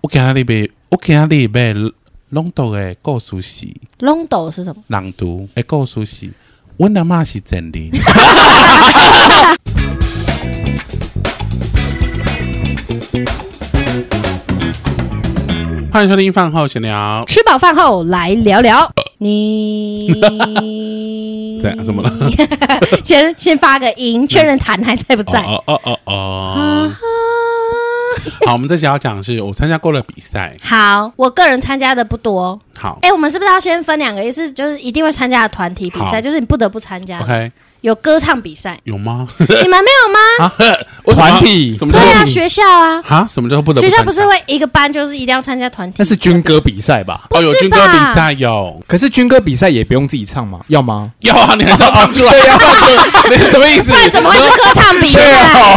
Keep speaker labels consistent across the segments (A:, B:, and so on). A: 我今仔日要，我今仔日要朗读的故事是
B: 龙斗是什么？
A: 朗读的故事是，阮阿嬷是真灵。欢迎收听饭后闲聊，
B: 吃饱饭后来聊聊。 你
A: 这样啊怎么了？
B: 先先发个音，确认痰还在不在。
A: 哦哦哦哦
B: 啊
A: 哦，
B: 哈
A: 好，我们这期要讲的是我参加过了比赛，
B: 好，我个人参加的不多。
A: 好
B: 哎、我们是不是要先分两个？一是就是一定会参加的团体比
A: 好
B: 赛，就是你不得不参加的。
A: ，OK，，
B: 有歌唱比赛
A: 有吗？
B: 你们没有吗？
A: 啊 为什么要
C: 团体
A: 什么
B: 啊对
A: 叫
B: 啊，学校啊，
A: 哈？什么叫不得？
B: 学校不是会一个班就是一定要参加团体？
C: 那是军歌比赛吧？
A: 哦，有
B: 不是
A: 军歌
B: 吧
A: 比赛有
C: 可是军歌比赛也不用自己唱吗？要吗？
A: 有啊，你还是要唱出来，要唱
B: 啊
A: 出来，你 什么意思？
B: 不然怎么会是歌 唱比赛？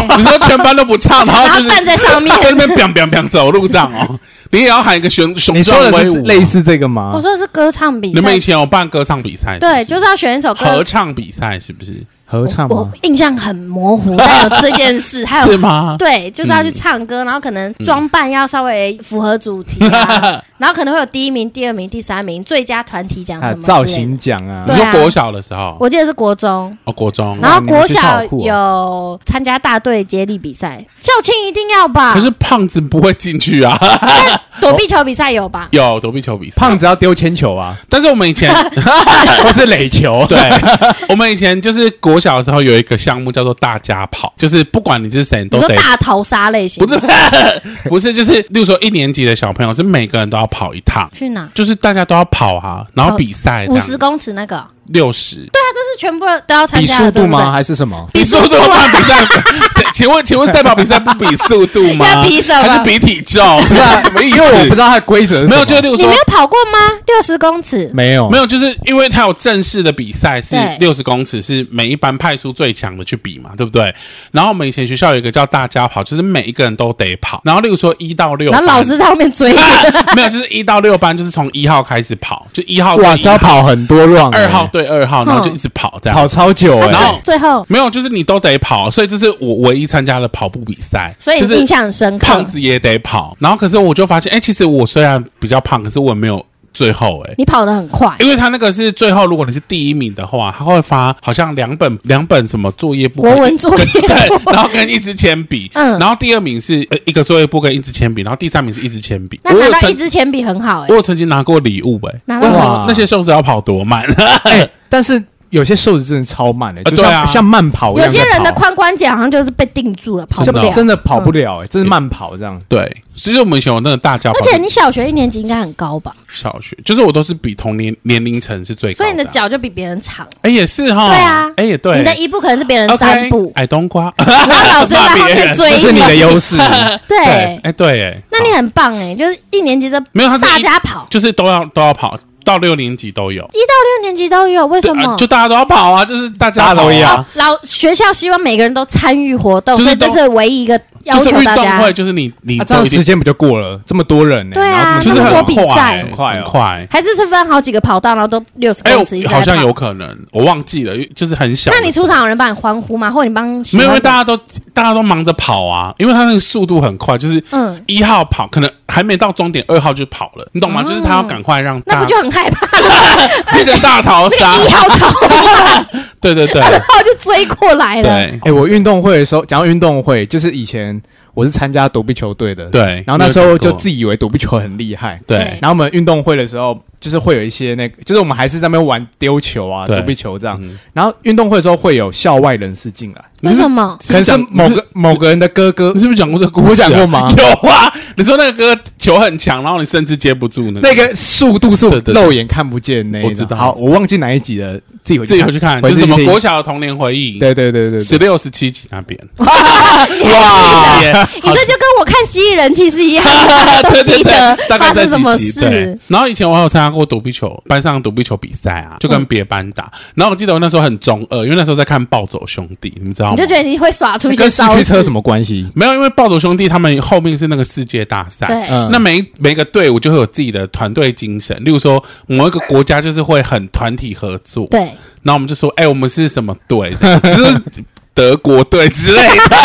A: 对你说全班都不唱，然
B: 然
A: 后
B: 后
A: 哦啊就是
B: 站在 上面。
A: 在那边 biang biang biang 走路这样 哦，你也要喊一个雄雄
C: 你说
A: 壮
C: 的
A: 威
C: 是
A: 武。
C: 类，似这个
B: 我
C: 吗？
B: 说的是歌唱比
A: 你们以
B: 赛，
A: 前有办歌唱比赛？
B: 对，
A: 是
B: 就是要选一首
A: 不是合
B: 歌。
A: 唱比赛，是不是？
C: 合唱
B: 我
C: 吗？
B: 印象很模糊，但有这件 事，还
A: 是
B: 有
A: 吗？嗯
B: 对，就是要去唱歌，然后可能装扮要稍微符合主题
A: 嗯
B: 啊， 然后可能会有第一名、第二名、第三名、最佳团体奖
C: 还
B: 什
C: 有
B: 么
C: 啊造
B: 之类的。
C: 型奖啊
A: 你
B: 对，
A: 说
B: 啊
A: 国小的时候，
B: 我啊记得是国中，
A: 哦，国中，
B: 然后国小
C: 你们学校好
A: 啊
C: 酷
B: 有参加大队接力比赛，校庆一定要吧
A: 可？是哦胖子不会进去啊。
B: 躲避球比赛有吧？
A: 有躲避球比赛，
C: 胖子要丢铅球啊，
A: 但是我们以 前。
C: 或是垒球
A: 对，我们以前就是国小的时候有一个项目叫做大家跑，就是不管你是谁，你
B: 你
A: 都
B: 说
A: 得
B: 大逃杀类型？
A: 不是不是， 就是例如说一年级的小朋友是每个人都要跑一趟，
B: 去哪？
A: 就是大家都要跑啊，然后比赛
B: 五十公尺那个？对
A: 六十。
B: 啊，这是全部都要参
C: 比
B: 加
C: 速
B: 的，对
C: 度
B: 不对
C: 吗？？还是什么？
A: 比速度
B: 啊
A: 吗？比赛？ 对请问，请问赛跑比赛不比速度吗？
B: 要比什么
A: 还是比体重？什么意
C: 因
A: 思？
C: 为我不知道它的规则是什么。
A: 没有，就是例如
B: 你
A: 说
B: 没有跑过吗？六十公尺，
C: 没有
A: 没有，就是因为他有正式的比赛是
B: 对
A: 六十公尺，是每一班派出最强的去比嘛，对不对？然后我们以前学校有一个叫大家跑，就是每一个人都得跑。然后例如说一到六
B: 然
A: 班，
B: 后老师在后面 追你。
A: 啊没有，就是一到六班就是从一号开始跑，就一号
C: 哇，
A: 对一
C: 只要跑很多 round 欸。
A: 二号对二号，然后就
B: 嗯
A: 一直跑这样。
C: 跑超久
A: 哦然
C: 哎
A: 后，
B: 最后，
A: 没有，就是你都得跑，所以这是我唯一参加了跑步比赛，
B: 所以
A: 就
B: 你
A: 是
B: 印象很深刻
A: 胖。子也得跑。然后可是我就发现，哎、其实我虽然比较胖，可是我没有最后哎、
B: 你跑得很快，
A: 因为他那个是最后，如果你是第一名的话，他会发好像两本两本什么作业簿，
B: 国文作业簿
A: 跟对，然后跟一支铅笔，
B: 嗯
A: 然后第二名是呃一个作业簿跟一支铅笔，然后第三名是一支铅笔。
B: 那
A: 我有
B: 拿到
A: 曾
B: 一支铅笔很好哎
A: 我，有曾经拿过礼物哎、
B: 拿
C: 哇
B: 到什么？
A: 那些瘦子要跑多慢？
C: 哎，但是有些瘦子真的超慢欸的，就
A: 对啊
C: 像像慢跑一
B: 有
C: 样在跑。
B: 些人的髋关节好像就是被定住了，跑不
C: 就
A: 真的哦
B: 了。
C: 真的跑不了哎，真
A: 嗯
C: 的慢跑这样。
A: 对，所以我们以前有那个大家跑
B: 而
A: 步，
B: 且你小学一年级应该很高吧，
A: 小学就是我都是比同年年龄层是最高
B: 所以你的
A: 啊
B: 脚就比别人长，
A: 哎、也是哈，
B: 对啊
A: 哎、也对，
B: 你的一步可能是别人
A: OK，
B: 三步，
A: 矮冬瓜，
B: 然后老师在 后
A: 骂别
B: 面
A: 人
B: 追
C: 这是你的 优势，
A: 对，
B: 对
A: 哎、，对，哎，
B: 那你很棒哎，就是一年级这
A: 没有他是
B: 大
A: 一
B: 家跑，
A: 就是都要都要跑到六年级都有，
B: 一到六年级都有，为什
A: 对啊
B: 么
A: 就？大家都要跑啊，就是大家啊
C: 大家都一样
B: 老学校希望每个人都参与活动，
A: 就是
B: 所以这
A: 都
B: 是唯一一个要
A: 就是
B: 求
A: 运
B: 大
A: 动会，
B: 家。
A: 就是你你
C: 啊这样
A: 都一定
C: 时间不就过了？这么多人呢？
B: 对啊
C: 然后
A: 就
C: 这
A: 是
B: 那
C: 么
B: 么
A: 很
B: 多比赛
A: 很
C: 快哦
A: 快。
B: 还是是分好几个跑道，然后都六十
A: 哎、
B: 公尺一直
A: 我
B: 在跑、
A: 好像有可能，我忘记了，因为就是很小的时
B: 那
A: 候。
B: 你出场有人帮你欢呼吗？或者你帮喜
A: 没有？
B: 欢
A: 因为
B: 的
A: 大家都大家都忙着跑啊，因为他那个速度很快，就是
B: 嗯，
A: 一号跑，可能还没到终点，二号就跑了，你懂吗？
B: 哦
A: 就是他要赶快让
B: 那
A: 大
B: 不就 很害怕？
A: 变成大逃杀，
B: 一号逃，
A: 对对 对
B: 二号就追过来了。
A: 对
C: 哎、我运动会的时候，讲到运动会，就是以前我是参加躲避球队的，。
A: 对。
C: 然后那时候就
A: 己。
C: 自以为躲避球很厉害，
A: 对，
C: 然后我们运动会的时候，就是会有一些那个，就是我们还是在那边玩丢球啊、
A: 对
C: 躲避球这样。
A: 嗯
C: 然后运动会的时候会有校外人士进来，
B: 为什么？
C: 可能是某个某个人的哥哥
A: 你，是不是讲过这个故事、啊？
C: 我讲过吗
A: 有啊，你说那个哥球很强，然后你甚至接不住呢。
C: 那个速度是我
A: 对对对
C: 肉眼看不见那一种。
A: 我知道
C: 好，我忘记哪一集了，自己回
A: 自己回
C: 去
A: 去看，
C: 回
A: 就
C: 去
A: 是什么
C: 听
A: 国小的童年回忆，
C: 看。，对对对对
A: 十
C: 对，
A: 六十七集那边。
B: 哇！
A: 耶
B: 你这就跟我看《蜥蜴人记》是一样的，都
A: 对对
B: 记得
A: 对，大概
B: 发
A: 在
B: 生
A: 几
B: 什么
A: 集对
B: 事。
A: 然后以前我还有参加过躲避球，班上躲避球比赛啊，就跟别班打。
B: 嗯
A: 然后我记得我那时候很中二，因为那时候在看《暴走兄弟》，你们知道吗
B: 你就？觉得你会耍出一些
C: 跟四
B: 招
C: 驱车
B: 式
C: 什。么关系？
A: 没有，因为暴走兄弟他们后面是那个世界大赛，
B: 对，
C: 嗯，
A: 那每每个队伍就会有自己的团队精神，例如说某一个国家就是会很团体合作，
B: 对，
A: 然后我们就说，哎、我们是什么队？这样就是德国队之类 的，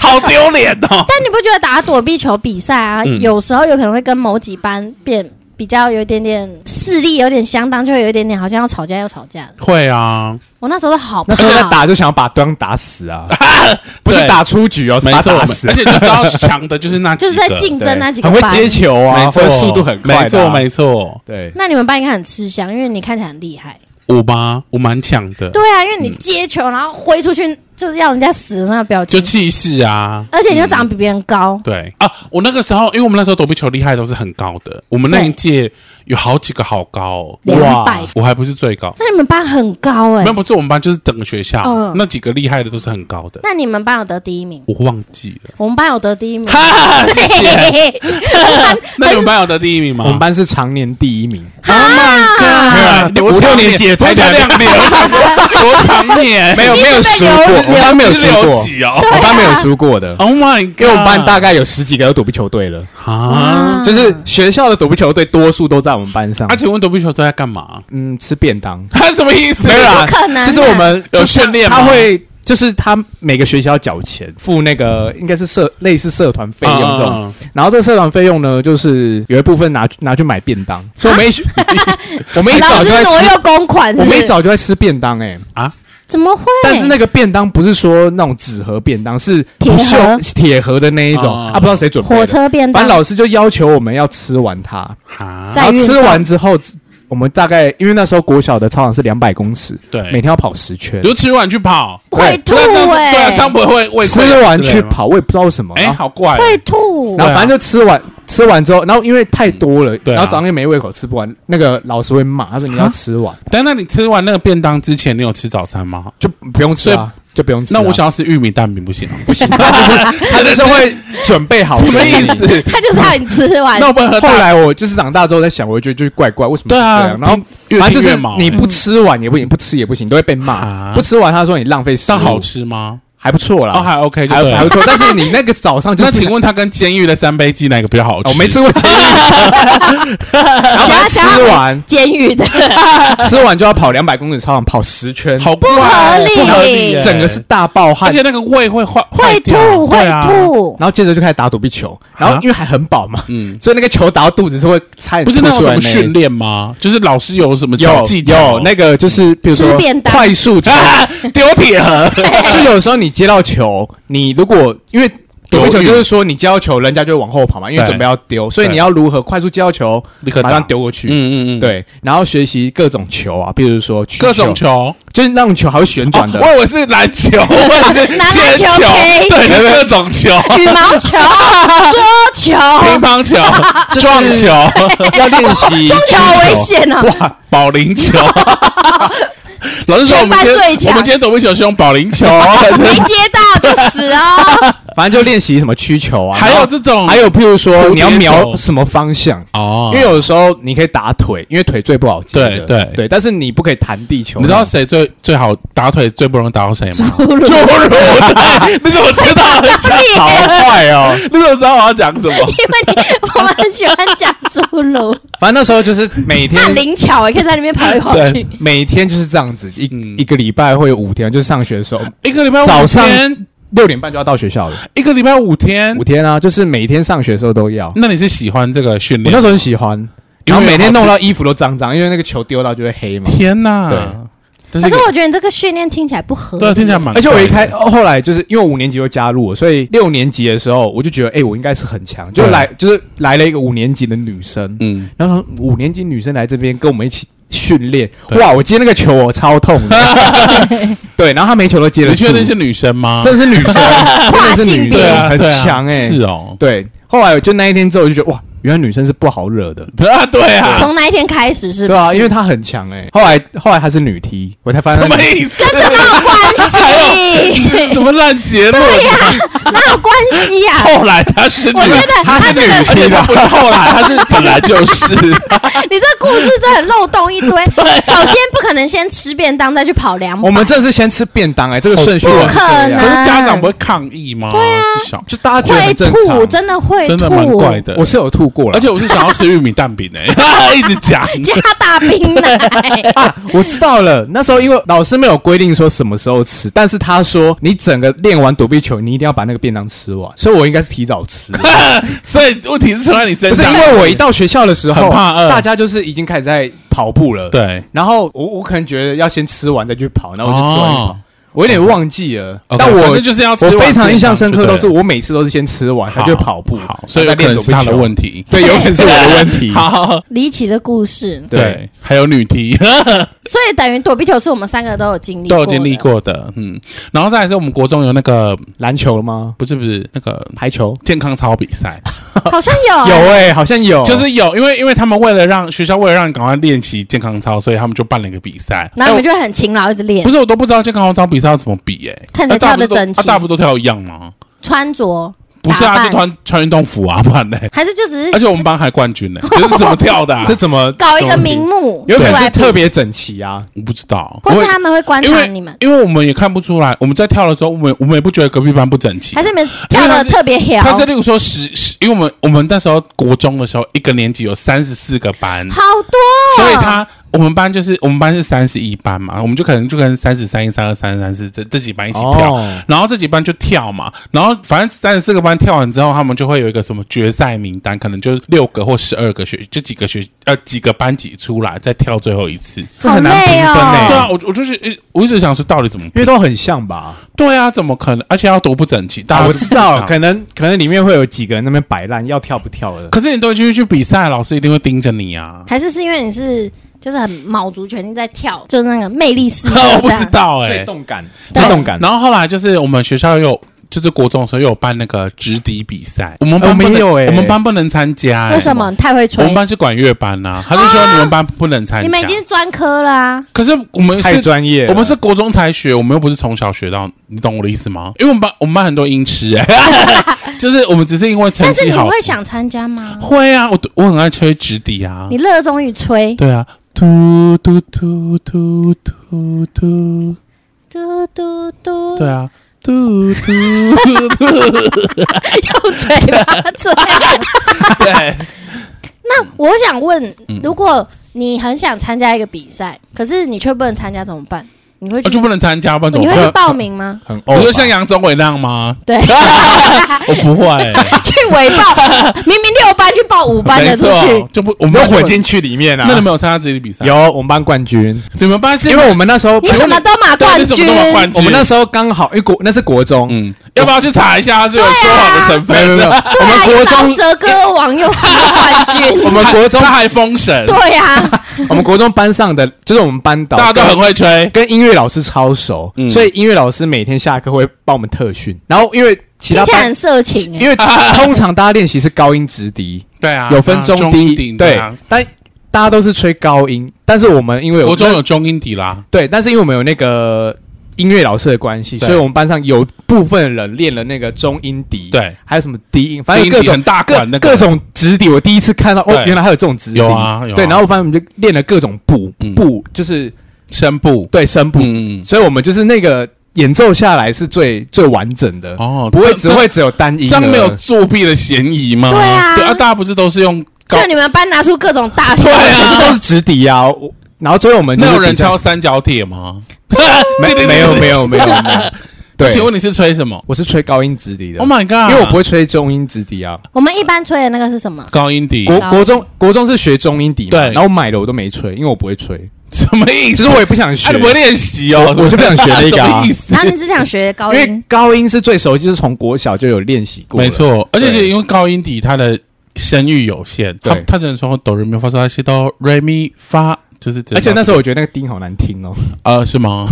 A: 好丢脸哦。
B: 但你不觉得打躲避球比赛啊，
A: 嗯
B: 有时候有可能会跟某几班变比较有一点点势力有点相当，就会有一点点好像要吵架要吵架的。
A: 会啊，
B: 我那时候都好
C: 那时候在
B: 怕啊
C: 打就想要把对方打死啊， 不是
A: 对
C: 打出局哦，是
A: 没
C: 把他
A: 错，我
C: 打
A: 们
C: 死
A: 而，且你知道强的就是那几
B: 就
A: 个，
B: 是在竞争那几个
C: 很会
B: 班。
C: 接球啊，
A: 没错
C: 或者，速度很
A: 没
C: 快的啊，
A: 错，没错。
C: 对，
B: 那你们班应该很吃香，因为你看起来很厉害。
A: 我吗？我蛮强的，
B: 对啊，因为你接球然后挥出去，就是要人家死的那个表
A: 就
B: 情，
A: 气势啊。
B: 而且你又长得比别人高。
A: 对啊，我那个时候，因为我们那时候躲避球厉害都是很高的，我们那一
B: 对
A: 届有好几个好高、哦，
C: 哇
B: 两百，
A: 我还不是最高。
B: 那你们班很高哎、
A: 没有，不是我们班，就是整个学校、
B: 嗯
A: 那几个厉害的都是很高的，
B: 那你们班有得第一名？
A: 我忘记了。
B: 我们班有得第一名。
A: 哈哈，谢 谢。那你们班有得第一名吗？
C: 我们班是啊常年第一名，
A: Oh my
C: 没有五六年级也才
A: 才
C: 两
A: 两年，我想说多 长年，
C: 没有没有输过，
B: 流
C: 我们班没有输过，
A: 几哦
B: 对啊
C: 我班没有输过的，
A: ，Oh my god！
C: 因为我们班大概有十几个有躲避球队了，
B: 嗯
A: 啊，
C: 就是学校的躲避球队多数都在我们班上
A: 啊，，请问躲避球队在干嘛？
C: 嗯，吃便当，
A: 他什么意思？
C: 没有啦
B: 不可能啊
C: 就是我们
A: 有
C: 就是
A: 训练吗
C: 他会就是他每个学期要缴钱付那个应该是社类似社团费用这种，
A: 啊
C: 然后这个社团费用呢，就是有一部分拿去拿去买便当，所以我们一 我们一
B: 老
C: 早
B: 师
C: 就在
B: 挪
C: 吃，
B: 用公款是
C: 我
B: 不
C: 们一
B: 是？
C: 早就在吃便当哎、
A: 啊，
B: 怎么会？
C: 但是那个便当不是说那种纸盒便当，是
B: 铁
C: 不
B: 盒
C: 锈铁盒的那一种，
A: 哦
C: 啊，不知道谁准备的
B: 火车便
C: 反
B: 当
C: 正，老师就要求我们要吃完它，
A: 啊，
B: 在
C: 然后
B: 运
C: 吃
B: 动
C: 完之后，我们大概因为那时候国小的操场是两百公尺，每
A: 对，
C: 天要跑十圈
A: 你，就吃完去跑，
B: 会吐
A: 那这样
B: 哎、
A: 对啊，这样不会胃
C: 吃
A: 溃疡
C: 完
A: 之类
C: 去
A: 吗，
C: 跑，我也啊不知道为什么。
A: 哎，
C: 然后
A: 好怪哦，
B: 会吐
C: 然。
A: 对
C: 后
A: 啊
C: 反正就吃完吃完之后，然后因为太多了，
A: 对啊
C: 然后早上又没胃口，吃不完，那个老师会骂，他说你要吃完，
A: 但那你吃完那个便当之前，你有吃早餐吗？
C: 就不用吃啊，就不用吃啊。
A: 那我想要吃玉米蛋饼不行啊，不行，
C: 他就是会准备好，
A: 什么意思？
B: 他就是让你吃完
A: 那，我不能喝
C: 后
A: 大
C: 来我就是长大之后在想，我就觉得就是怪怪，为什么是
A: 对
C: 这
A: 啊
C: 样？然后
A: 越
C: 反
A: 听
C: 正就
A: 越
C: 是
A: 毛
C: 你
A: 欸
C: 不吃完也不行，不吃也不行，都会被
A: 啊
C: 骂。不吃完他说你浪费食物，
A: 但好吃吗？
C: 还不错啦，
A: 哦，还 OK，就
C: 嗯还
A: 对了
C: 还不错。但是你那个早上 就
A: 那
C: 不
A: 请问他跟监狱的三杯鸡哪个比较好吃？
C: 我 哦没吃过监狱，然后把它吃完
B: 监狱
A: 哎
B: 的，
C: 吃完就要跑两百公里操场跑十圈，
A: 好怪哦
B: 不合理
A: 不合理耶，
C: 整个是大爆汗
A: 而，且那个胃会坏，
B: 会
A: 坏掉
B: 吐，会。
A: 对啊
B: 吐。
C: 然后接着就开始打躲避球，然后因为还很饱嘛，
A: 嗯，
C: 所以那个球打到肚子是会差点
A: 不是
C: 吐
A: 那种
C: 出
A: 什
C: 来
A: 么
C: 那一
A: 训练吗？就是老师有什么小
C: 有
A: 技巧？嗯
C: 有那个就是比如说
B: 吃便当
C: 快 速球，
A: 丢铁盒，
C: 就有时候你接到球，你如果因为躲避球就是说你接到球，人家就会往后跑嘛，因为
A: 对
C: 准备要丢，所以
A: 对
C: 你要如何快速接到球，
A: 立刻打
C: 马上丢过去。
A: 嗯嗯嗯，，
C: 对，然后学习各种球啊，比如说曲
A: 各种
C: 球，
A: 球，
C: 就是那种球还会旋转的
A: 哦。我以为是篮球，或者是
B: 拿
A: 铅
B: 篮球
A: 球，
B: K 哦
A: 对，各种球，
B: 羽毛 球、桌球、
A: 乒乓 球、撞球、
C: 要练习
B: 中球好危
C: 曲球
B: 险哦、
C: 哇！
A: 保龄 球。老师说我们今
B: 全班最
A: 天
B: 强
A: 我们今天躲避球是用保龄 球，
B: 没接到就死 哦。
C: 反正就练习什么曲球啊，
A: 还
C: 然
A: 有
C: 后
A: 这种，
C: 还有，譬如
A: 嗯蝴蝶
C: 说你要
A: 球
C: 瞄什么方向，
A: 哦，
C: 因为有的时候你可以打腿，因为腿最不好接的，
A: 对对
C: 对，但是你不可以弹地球，
A: 你知道谁最最好打腿最不容易打到谁 吗？
B: 不如
A: 侏儒，对 你怎么知道？
C: 好坏哦。
A: 你怎么知道我要讲什么？
B: 因为你我们很喜欢讲侏儒，
C: 反正那时候就是每
B: 他
C: 天
B: 很灵巧，也可以在里面跑来跑去。
C: 每天就是这样子，一、
A: 嗯啊
C: 一个礼拜会有五天，就是上学的时候
A: 一个礼拜五
C: 早上
A: 天
C: 六点半就要到学校了，
A: 一个礼拜五天
C: 五，天啊，就是每天上学的时候都要。
A: 那你是喜欢这个训
C: 我那
A: 练？
C: 时候很喜欢，
A: 因为
C: 然后每天
A: 好吃
C: 弄到衣服都脏脏，因为那个球丢到就会黑嘛。
A: 天哪！
C: 对
A: 这
B: 可
A: 一
B: 是
A: 个
B: 我觉得你这个训练听起来不合理，
A: 对啊听起来蛮，
C: 而且我一开后来就是因为我五年级就加入了，所以六年级的时候我就觉得，哎、我应该是很强，就
A: 对
C: 来就是来了一个五年级的女生，
A: 嗯，
C: 然后五年级女生来这边跟我们一起训练，
A: 对
C: 哇，我接那个球我超痛 的 对，然后她每球都接得
A: 你
C: 住，
A: 确定是女生吗？
C: 真的是女生，真的是
B: 性
C: 女
B: 别
A: 对啊，
C: 生，很
A: 对啊
C: 强哎、
A: 是哦，
C: 对，后来就那一天之后，我就觉得哇，原来女生是不好惹的，
A: 对啊，对啊，
B: 从那一天开始是不是？
C: 对啊，因为她很强哎、后来后来她是女踢，我才发现
A: 什
C: 她
A: 么
C: 女
A: 意思？
B: 那有关
C: 哎
B: 系，
A: 什么烂结论？
B: 那有关系呀、 啊。
A: 后来她是女
B: 我，觉得他
C: 她哦是
B: 这
C: 女
B: 个，
A: 而且
C: 踢
A: 她
C: 吧
A: 不是后来，她 是本来就是。
B: 你这故事真的很漏洞一 堆。首先不可能先吃便当再去跑两百，
C: 我们这是先吃便当哎、这个顺序
A: 不
C: 我
B: 可
C: 是这
A: 可
B: 能啊
C: 样
A: 是。家长不会抗议吗？对啊，
C: 就大家觉得
B: 会
C: 很正
B: 吐，
C: 常，
B: 真的会吐，
A: 真的蛮怪的。
C: 我是有吐过了。
A: 而且我是想要吃玉米蛋饼诶、欸，一 直 讲。
B: 加大冰奶，
C: 啊， 我知道了。那时候因为老师没有规定说什么时候吃，但是他说你整个练完躲避球，你一定要把那个便当吃完，所以我应该是提早 吃。
A: 所以问题是出在你身
C: 不是
A: 上，
C: 因为我一到学校的时
A: 很
C: 候，
A: 怕饿
C: 大家就是已经开始在跑步了。，
A: 对
C: 然后我我可能觉得要先吃完再去跑，然后我就吃完就跑。
A: 哦
C: 我有点忘记了
A: OK，
C: 但
A: 反
C: 我
A: 正就是要吃
C: 我
A: 完
C: 非常印象深刻，
A: 便
C: 都
A: 当
C: 是
A: 就对了
C: 我每次都是先吃完才去跑步
A: 好，所以
C: 再
A: 有可
C: 练
A: 能
C: 躲
A: 是
C: 避
A: 他
C: 球
A: 的。问题。
C: 对，有可能是我的问 题。
A: 好，
B: 离奇的故事。
C: 对
A: 对，还有女踢
B: 所以等于躲避球是我们三个都有经 历，
A: 都有经历。过的，嗯，然后再来是我们国中有那个
C: 篮球吗？
A: 不是不是那个
C: 排球
A: 健康操比赛，
B: 好像有
A: 啊
C: 有哎、好像有，
A: 就是有，因为因为他们为了让学校为了让你赶快练习健康操，所以他们就办了一个比赛。
B: 然后你们就会很勤劳，一直练
A: 不是我都不知道健康操比赛要怎么比哎、
B: 看谁
A: 那大
B: 跳
A: 部
B: 得
A: 都
B: 整齐
A: 啊大部都跳一样吗？
B: 穿着，
A: 不是
B: 打
A: 啊，
B: 扮
A: 就穿穿运动服啊，不然嘞。
B: 还是就只是
A: 而且我们班还冠军呢、就是怎么跳 的、啊？
C: 这怎么
B: 搞一个
C: 怎么比
B: 名目，
C: 有可能
B: 出
C: 是
B: 来比
C: 特，别整齐啊，
A: 我不知道，
B: 或是他们会观
A: 因
B: 察
A: 为
B: 你们，
A: 因为我们也看不出来，我们在跳的时候，我们我们也不觉得隔壁班不整齐
B: 还。是你们跳的特别
A: 他是
B: 好，
A: 例如说十十，因为我们我们那时候国中的时候，一个年级有三十四个班，
B: 好多哦，
A: 所以他我们班就是我们班是三十一班嘛，我们就可能就跟三十三、一、三二、三三四这这几班一起跳，
C: 哦
A: 然后这几班就跳嘛，然后反正三十四个班跳完之后，他们就会有一个什么决赛名单，可能就是六个或十二个学，就几个学呃几个班级出来再跳最后一次。
B: 哦
C: 这很难评分
B: 好累
C: 呢、
B: 哦
A: 对啊，我我就是一我一直想说到底怎么
C: 因
A: 评？
C: 为都很像吧。
A: 对啊，怎么可能？而且要多不整齐，大家
C: 啊、
A: 都
C: 我
A: 不
C: 知道，
A: 啊
C: 可能可能里面会有几个人那边摆烂，要跳不跳的。
A: 可是你都已经去比赛，老师一定会盯着你 啊。
B: 还是是因为你是就是很卯足全力在跳，就是那个魅力四射
A: 我不
B: 这
A: 知
B: 样。
A: 道哎、
C: 最动感，最
B: 对
C: 动感。
A: 然后后来就是我们学校又有，就是国中的时候又有办那个直笛比赛，我们
C: 呃
A: 班不
C: 没
A: 能
C: 有欸
A: 我们班不能参加、欸。
B: 为什么？你太会
A: 我
B: 吹
A: 们？班是管乐班呐、他就说你们班不能参加。
B: 你们已经是专科啊啦、
A: 可是我们
C: 太
A: 是，
C: 专业了，
A: 我们是国中才学，我们又不是从小学到，你懂我的意思吗？因为我们班我们班很多音痴哎、 就是我们只是因为成
B: 但是
A: 绩
B: 你
A: 好。
B: 会想参加吗？
A: 会啊，我我很爱吹直笛啊
B: 你。热衷于吹，
A: 对啊，嘟嘟嘟嘟嘟嘟，
B: 嘟嘟嘟，
A: 对啊，嘟嘟嘟嘟，
B: 用嘴巴吹。
A: 对。
B: 那我想问
A: 嗯，
B: 如果你很想参加一个比赛，可是你却不能参加，怎么办？你会
A: 啊、
B: 去？
A: 就不能参加，不然怎
B: 你
A: 么
B: 会
A: 办？哦
B: 去报名 吗？
C: 很
A: 我
C: 欧
A: 哎
C: 吧。
A: 说像杨宗纬那样吗？
B: 对，
A: 我不 会、
B: 去伪报，明明六班去报五班的
A: 没
B: 出
A: 错
B: 去，，
A: 就不我
C: 我
A: 们
C: 们
A: 班
C: 都混进去里面啊。
A: 那你们有参加这己比赛？，
C: 有我们班冠军，
A: 你们班是
C: 因为我们那时候
B: 你什么都马
A: 对
B: 冠
A: 你什么
B: 军
A: 都，拿冠军，
C: 我们那时候刚好，因为国那是国中，
A: 嗯，要不要去查一下？它是有说好的成
C: 没有没有
A: 分 啊的。
C: 没有，我们国
B: 啊老
C: 中
B: 蛇歌王又是 冠
C: 我
B: 军，
C: 们国中
A: 他还封神，
B: 对啊呀，
C: 我们国中班上的就是我们班导
A: 大家都很
C: 跟
A: 会吹。
C: 跟音乐老师超熟
A: 嗯，
C: 所以音乐老师每天下课会帮我们特训，然后因为其
B: 听
C: 他
B: 起来
C: 班
B: 很色情
C: 因
B: 欸。
C: 为通常大家练习是高音直笛，
A: 对啊，
C: 有分中低，
A: 音
C: 对
A: 啊，
C: 但大家都是吹高音，但是我们因为有
A: 国中有中音底啦。
C: 对，但是因为我们有那个音乐老师的关系，
A: 对
C: 所以我们班上有部分人练了那个中音笛，，
A: 对，
C: 还有什么低音，反正
A: 中音
C: 各
A: 笛
C: 种
A: 很大
C: 各
A: 管那个
C: 各种直笛，我第一次看到哦
A: 对，
C: 原来还有这种直笛，
A: 有啊有啊
C: 对，然后我发现我们就练了各种步
A: 嗯
C: 步，就是
A: 声部，
C: 对声部，
A: 嗯，嗯
C: 所以我们就是那个演奏下来是最最完整的，
A: 哦，
C: 不会
A: 这
C: 只会只有单音
A: 这
C: 而已，
A: 样没有作弊的嫌疑吗？
B: 对啊
A: 对啊，大家不是都是用高
B: 就，你们班拿出各种大小
C: 对，
A: 对啊
C: 可是都是直笛啊，我然后最后我们就
A: 那
C: 是
A: 有人
C: 比较
A: 敲三角铁吗？
C: 没没有没有没有，没有对，
A: 请问你是吹什么
C: 我是吹高音直笛的
A: ？Oh my god！
C: 因为我不会吹中音直笛啊。
B: 我们一般吹的那个是什么？
A: 高音底，
C: 国
B: 高
C: 国中国中是学中音笛嘛，
A: 嗯对
C: 然后买的我都没吹，因为我不会吹，
A: 什么意
C: 其
A: 思？
C: 实我也不想学
A: 啊，你，不会练习哦？
C: 我我是不想学那个啊
A: 什么意思
B: 然？后你只想学高
C: 因为
B: 音，
C: 高音是最熟悉，就是从国小就有练习过，
A: 没，错，而且
C: 对
A: 是因为高音底它的声域有限，它
C: 对
A: 它只能从哆瑞咪发嗦拉西哆瑞咪发，就是只能
C: 而且那时候我觉得那个低音好难听哦，
A: 呃是吗？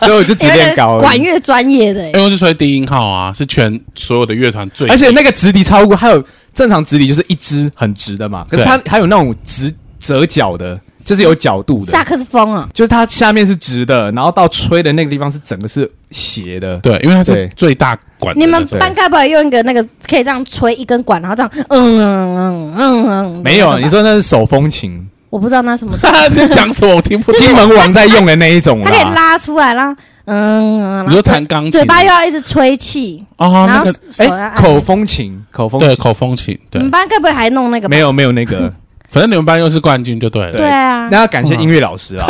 C: 所以我就只
B: 因为
C: 练高
B: 管
C: 音，
B: 乐专业的欸
A: 因，为我是吹低音号啊，是全所有的乐团最
C: 而且那个直笛超过，还有正常直笛就是一支很直的嘛，可是它还有那种直折角的，就是有角度的，
B: 萨克斯风啊，
C: 就是它下面是直的，然后到吹的那个地方是整个是斜的，
A: 对，因为它是
C: 对
A: 最大管的
B: 你
A: 那
B: 们
A: 种。
B: 班该不会用一个那个可以这样吹一根管，然后这样嗯嗯嗯嗯嗯？
C: 没有，
B: 那种吧
C: 你说那是手风琴，
B: 我不知道那什么东西，
A: 你在讲什么我听不
C: 金
A: 清。
C: 门王在用的那一种
B: 它可以
C: 啦。
B: 拉出来，然后嗯，
A: 你说弹钢琴，
B: 嘴巴又要一直吹气，
A: 哦，
B: 然
A: 那
B: 后嗯
A: 个
B: 手
C: 哎、
B: 要按
C: 口风琴，口风
A: 对
C: 琴，
A: 口风琴，
B: 你
A: 对，
B: 们班该不会还弄那个吧？
C: 没有没有那 个，
A: 反正你们班又是冠军就对了。
B: 对啊，
C: 那要感谢音乐老 师啊。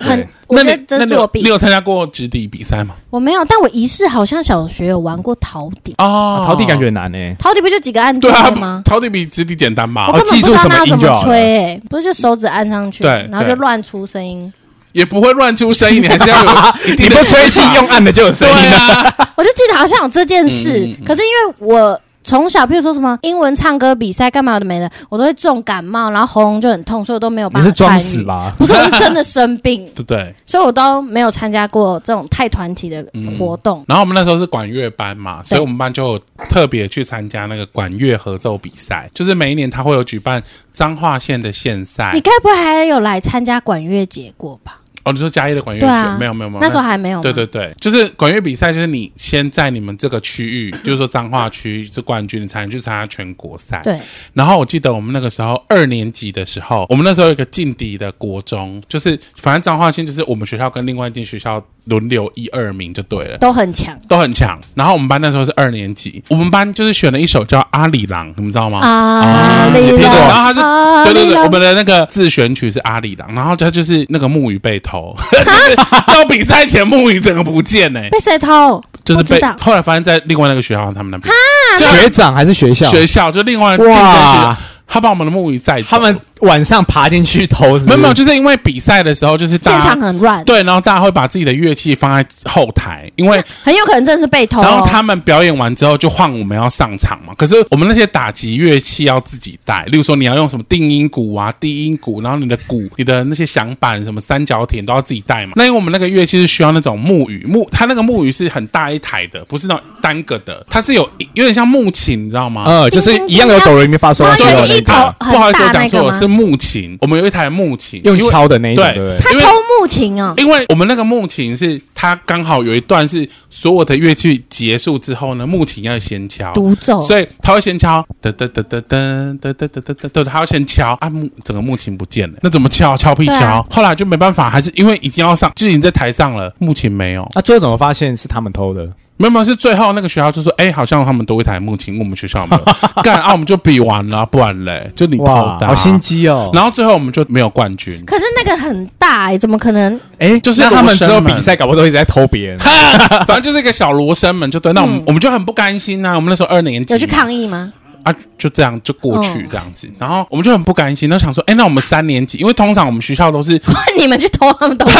B: 很
C: 对，
B: 我觉
A: 那
B: 得
A: 你
B: 这
A: 那
B: 是
A: 你
B: 作
A: 有
B: 弊
A: 你。有参加过直笛比赛吗？
B: 我没有，但我疑似好像小学有玩过陶笛，
A: 哦，
C: 陶笛啊感觉很难欸呢、
B: 陶笛不就几个按
A: 对
B: 键
A: 啊
B: 吗，？哦
A: 陶笛比直笛简单吧
B: 我？根本
C: 哦记
B: 不知
C: 住
B: 道
C: 什么
B: 那要怎
C: 音就
B: 么
C: 好了
B: 吹，哎，不是就手指按上去，
A: 对
B: 然后
A: 对
B: 就乱出声音。
A: 也不会乱出声音，你还是 要有一
C: 你
A: 定的
C: 不吹气
A: 技巧
C: 用按的就有声
A: 对
C: 音了。
A: 啊，
B: 我就记得好像有这件事，
A: 嗯嗯嗯，
B: 可是因为我从小，譬如说什么英文唱歌比赛干嘛的没的，我都会重感冒，然后喉咙就很痛，所以我都没有
C: 你
B: 办法
C: 是
B: 参
C: 装
B: 与。
C: 死吧？
B: 不是，我是真的生病
A: 对啊对。
B: 所以我都没有参加过这种太团体的活动。
A: 然后我们那时候是管乐班嘛，所以我们班就有特别去参加那个管乐合奏比赛，就是每一年他会有举办彰化县的县赛
B: 你。该不会还有来参加管乐节过吧？
A: 哦，你说嘉义的管乐节、
B: 对啊
A: 没有没有没有，
B: 那时候还没有吗。
A: 对对对，就是管乐比赛，就是你先在你们这个区域， 就是说彰化区是冠军，你才能去参加全国赛。
B: 对，
A: 然后我记得我们那个时候二年级的时候，我们那时候有一个劲敌的国中，就是反正彰化县就是我们学校跟另外一间学校轮流一二名就对了。
B: 都很强
A: 都很强，然后我们班那时候是二年级，我们班就是选了一首叫《阿里郎》，你们知道吗？
B: 啊！
A: 你
B: 力
A: 听
B: 量
A: 过然后他是、
B: 啊
A: 对对
B: 力
A: 对，
B: 量
A: 我们的那个自选曲是阿里郎，然后他就是那个木鱼被偷， 就是到比赛前木鱼整个不见呢、欸
B: 被谁偷？
A: 就是
B: 不知
A: 被
B: 道
A: 后来发现在另外那个学校他们那边对
C: 学长还是学校？
A: 学校就另外竞争学
C: 哇，
A: 他把我们的木鱼载走，
C: 他们晚上爬进去偷是不
A: 没
C: 是
A: 有没有，就是因为比赛的时候就是
B: 现
A: 大
B: 场
A: 家。
B: 很乱，
A: 对，然后大家会把自己的乐器放在后台，因为
B: 很有可能真的是被偷哦。
A: 然后他们表演完之后就换我们要上场嘛。可是我们那些打击乐器要自己带，例如说你要用什么定音鼓啊、低音鼓，然后你的鼓、你的那些响板、什么三角铁你都要自己带嘛。那因为我们那个乐器是需要那种木鱼木，它那个木鱼是很大一台的，不是那种单个的，它是有有点像木琴，你知道吗？
C: 呃，就是一样有抖音没发收到
B: 然
C: 收
B: 后
A: 啊对
C: 到
B: 有
C: 那
B: 一头
C: 个
A: 啊
B: 很
A: 不好意思，
B: 大
A: 我讲
B: 那个
A: 错了，
B: 吗
A: 是木琴。我们有一台木琴，
C: 用
A: 因为
C: 敲的那一种，
A: 对
C: 对不对？
B: 他
A: 因为
B: 偷木琴哦。
A: 因为我们那个木琴是它刚好有一段是所有的乐器结束之后呢，木琴要先敲，
B: 独奏，
A: 所以他会先敲，噔噔噔噔噔噔噔噔噔噔，他要先敲啊木整个木琴不见了，那怎么敲？敲屁
B: 对
A: 敲
B: 啊。
A: 后来就没办法，还是因为已经要上，就已经在台上了，木琴没有，
C: 那最后怎么发现是他们偷的？
A: 没有没有，是最后那个学校就说，哎，好像他们多一台木琴，我们学校没有， 干啊，我们就比完了，不然嘞，就你偷
C: 哇，
A: 的啊，
C: 好心机哦！
A: 然后最后我们就没有冠军。
B: 可是那个很大哎、怎么可能？
C: 哎，
A: 就是
C: 那他
A: 罗
C: 们之
A: 生
C: 后
A: 门
C: 比赛，搞不好都一直在偷别人。
A: 反正就是一个小罗生门，就对。那我
C: 嗯
A: 们、我们就很不甘心啊，我们那时候二年级
B: 有去抗议吗？
A: 啊，就这样就过
C: 哦
A: 去这样子。然后我们就很不甘心，那想说，哎、那我们三年级，因为通常我们学校都是
B: 你们去偷他们东西，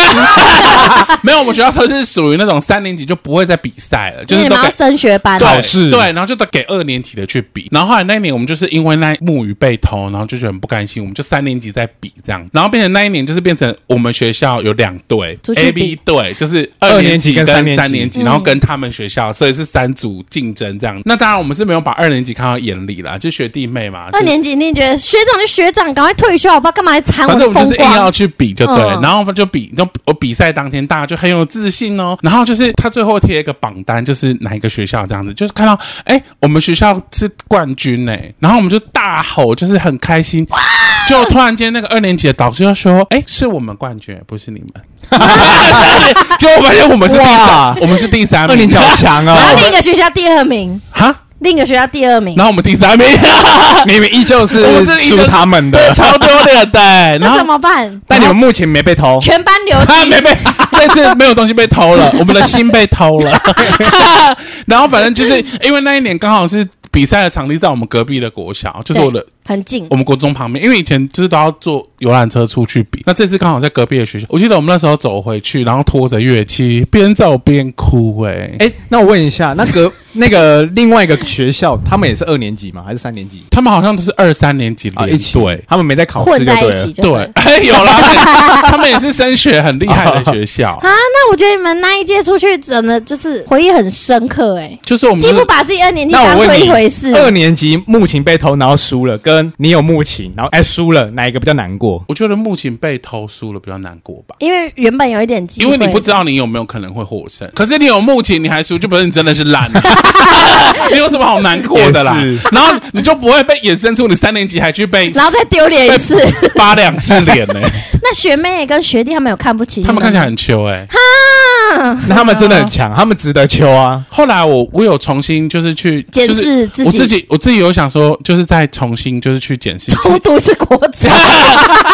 A: 没有，我们学校都是属于那种三年级就不会再比赛了， 就
B: 因
A: 是
B: 为你
A: 都
B: 们要
A: 给。
B: 升学班，哦
A: 对
C: 考试
A: 对，然后就得给二年级的去比，然后后来那一年我们就是因为那木鱼被偷，然后就觉得很不甘心，我们就三年级在比这样，然后变成那一年就是变成我们学校有两队
B: 出去
A: ，A、B
B: 比
A: 队，就是
C: 二
A: 二
C: 年级
A: 跟
C: 跟三年级
A: 三年级，然后跟他们学校，所以是三组竞争这样。那当然我们是没有把二年级看到眼里啦，就学弟妹嘛，就
B: 二
A: 是
B: 年级一定觉得学长就学长，赶快退休好不好？干嘛来缠
A: 反正
B: 我的
A: 我们就
B: 风
A: 是硬要
B: 光？
A: 去比就对了，
B: 嗯
A: 然后我们就比，就我比赛当天大家就很有自信哦。然后就是他最后贴一个榜单，就是哪一个学校这样子，就是看到哎、我们学校是冠军哎、然后我们就大吼，就是很开心。就突然间那个二年级的导师就说：“哎、是我们冠军，不是 你们。”结果发现我们是第三
C: 哇，
A: 我们是第三名，
C: 二年级好强哦
B: 然！后另一个学校第二名，
A: 哈，
B: 另一个学校第二名
A: 然，后我们第三名，
C: 你们依旧
A: 我
C: 是
A: 们是依旧
C: 输他们的
A: 对，，超丢脸的、然
B: 那
A: 后
B: 怎么办？
C: 但你们目前没被偷。
B: 全班留
A: 啊，
B: 级，
A: 没被，这次没有东西被偷 了，我们的心被偷了。 然后反正就是因为那一年刚好是比赛的场地在我们隔壁的国小，就是我的
B: 很近
A: 我，们国中旁边，因为以前就是都要坐游览车出去比，那这次刚好在隔壁的学校。我记得我们那时候走回去，然后拖着乐器边走边哭、哎。
C: 哎，那我问一下，那个那个另外一个学校，他们也是二年级吗？还是三年级
A: 他们好像都是二三年级
C: 啊？
A: 连
C: 一起
A: 队，
C: 他们没在考试
B: 混
C: 就对
B: 在一
C: 了
B: 起。就
A: 对， 哎，有啦，他们也是升学很厉害的学 校
B: 啊，，那我觉得你们那一届出去真的就是回忆很深刻哎、
A: 就是我们
B: 既
A: 就是
B: 不把自己二年级
C: 那
B: 当
C: 我问
B: 做
C: 你
B: 一回事，
C: 二年级木琴被偷，然后输了，跟跟你有木琴，然后哎输了，哪一个比较难过？
A: 我觉得木琴被偷输了比较难过吧。
B: 因为原本有一点机
A: 因
B: 会，
A: 为你不知道你有没有可能会获胜，可是你有木琴你还输，就表示你真的是 烂、啊，你有什么好难过的啦
C: 也是？
A: 然后你就不会被衍生出你三年级还去被
B: 然后再丢脸一次。
A: 扒两次脸呢、
B: 那学妹跟学弟他们有看不起你啊
A: 他们看起
B: 来
A: 来很糗哎、
B: 哈，
C: 那他们真的很强，他们值得秋啊。
A: 后来我我有重新就是去
B: 检
A: 就是
B: 视自己
A: 我自己我自己有想说，就是再重新就是去检视。
B: 孤独是国家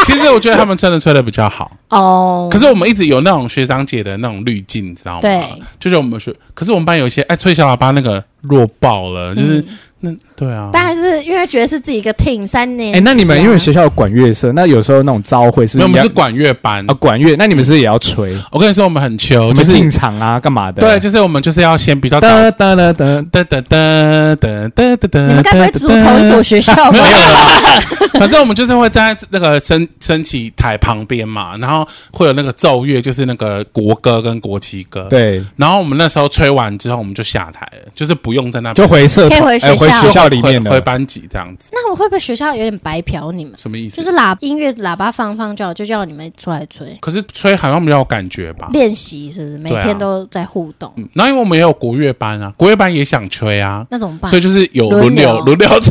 A: 其实我觉得他们真的吹的比较好，
B: 哦。
A: 可是我们一直有那种学长姐的那种滤镜，你知道吗？
B: 对，
A: 就是我们学，可是我们班有一些哎吹小喇叭那个弱爆了，就是、那对啊，
B: 嗯但还是因为觉得是自己一个 team 三年
C: 哎、
B: 级啊、
C: 那你们因为学校有管乐社，那有时候那种招会是
A: 没有
C: 不
A: 我们
C: 是也要
A: 是管乐班
C: 啊。管乐，那你们是不是也要吹？
A: 我跟你说，我们很
C: 什
A: 球，嗯
C: 么
A: 哦就是
C: 进场啊，干嘛的？
A: 对，就是我们就是要先比较早。
C: 哒哒哒哒。
A: 哒哒哒哒哒哒哒，
B: 你们该不会住同一所学校吧？
A: 没有啦，反正我们就是会站在那个升升旗台旁边嘛，然后会有那个奏乐，就是那个国歌跟国旗歌。。
C: 对，
A: 然后我们那时候吹完之后，我们就下台了，就是不用在那边
C: 就回社团，
B: 可以回
C: 呃
B: 学校
C: 学校里面
A: 回回
C: 的。
A: 班级这样子，
B: 那我会不会学校有点白嫖你们？
A: 什么意
B: 就
A: 思？
B: 是喇音乐喇叭放放就好，就叫你们出来吹
A: 可是吹好像没有感觉吧？
B: 练习，是不是？每
A: 对啊
B: 天都在互动，
A: 嗯然后因为我们也有国乐班啊，国乐班也想吹啊，
B: 那怎么办
A: 所？以就是有轮
B: 轮
A: 流
B: 流
A: 轮流吹。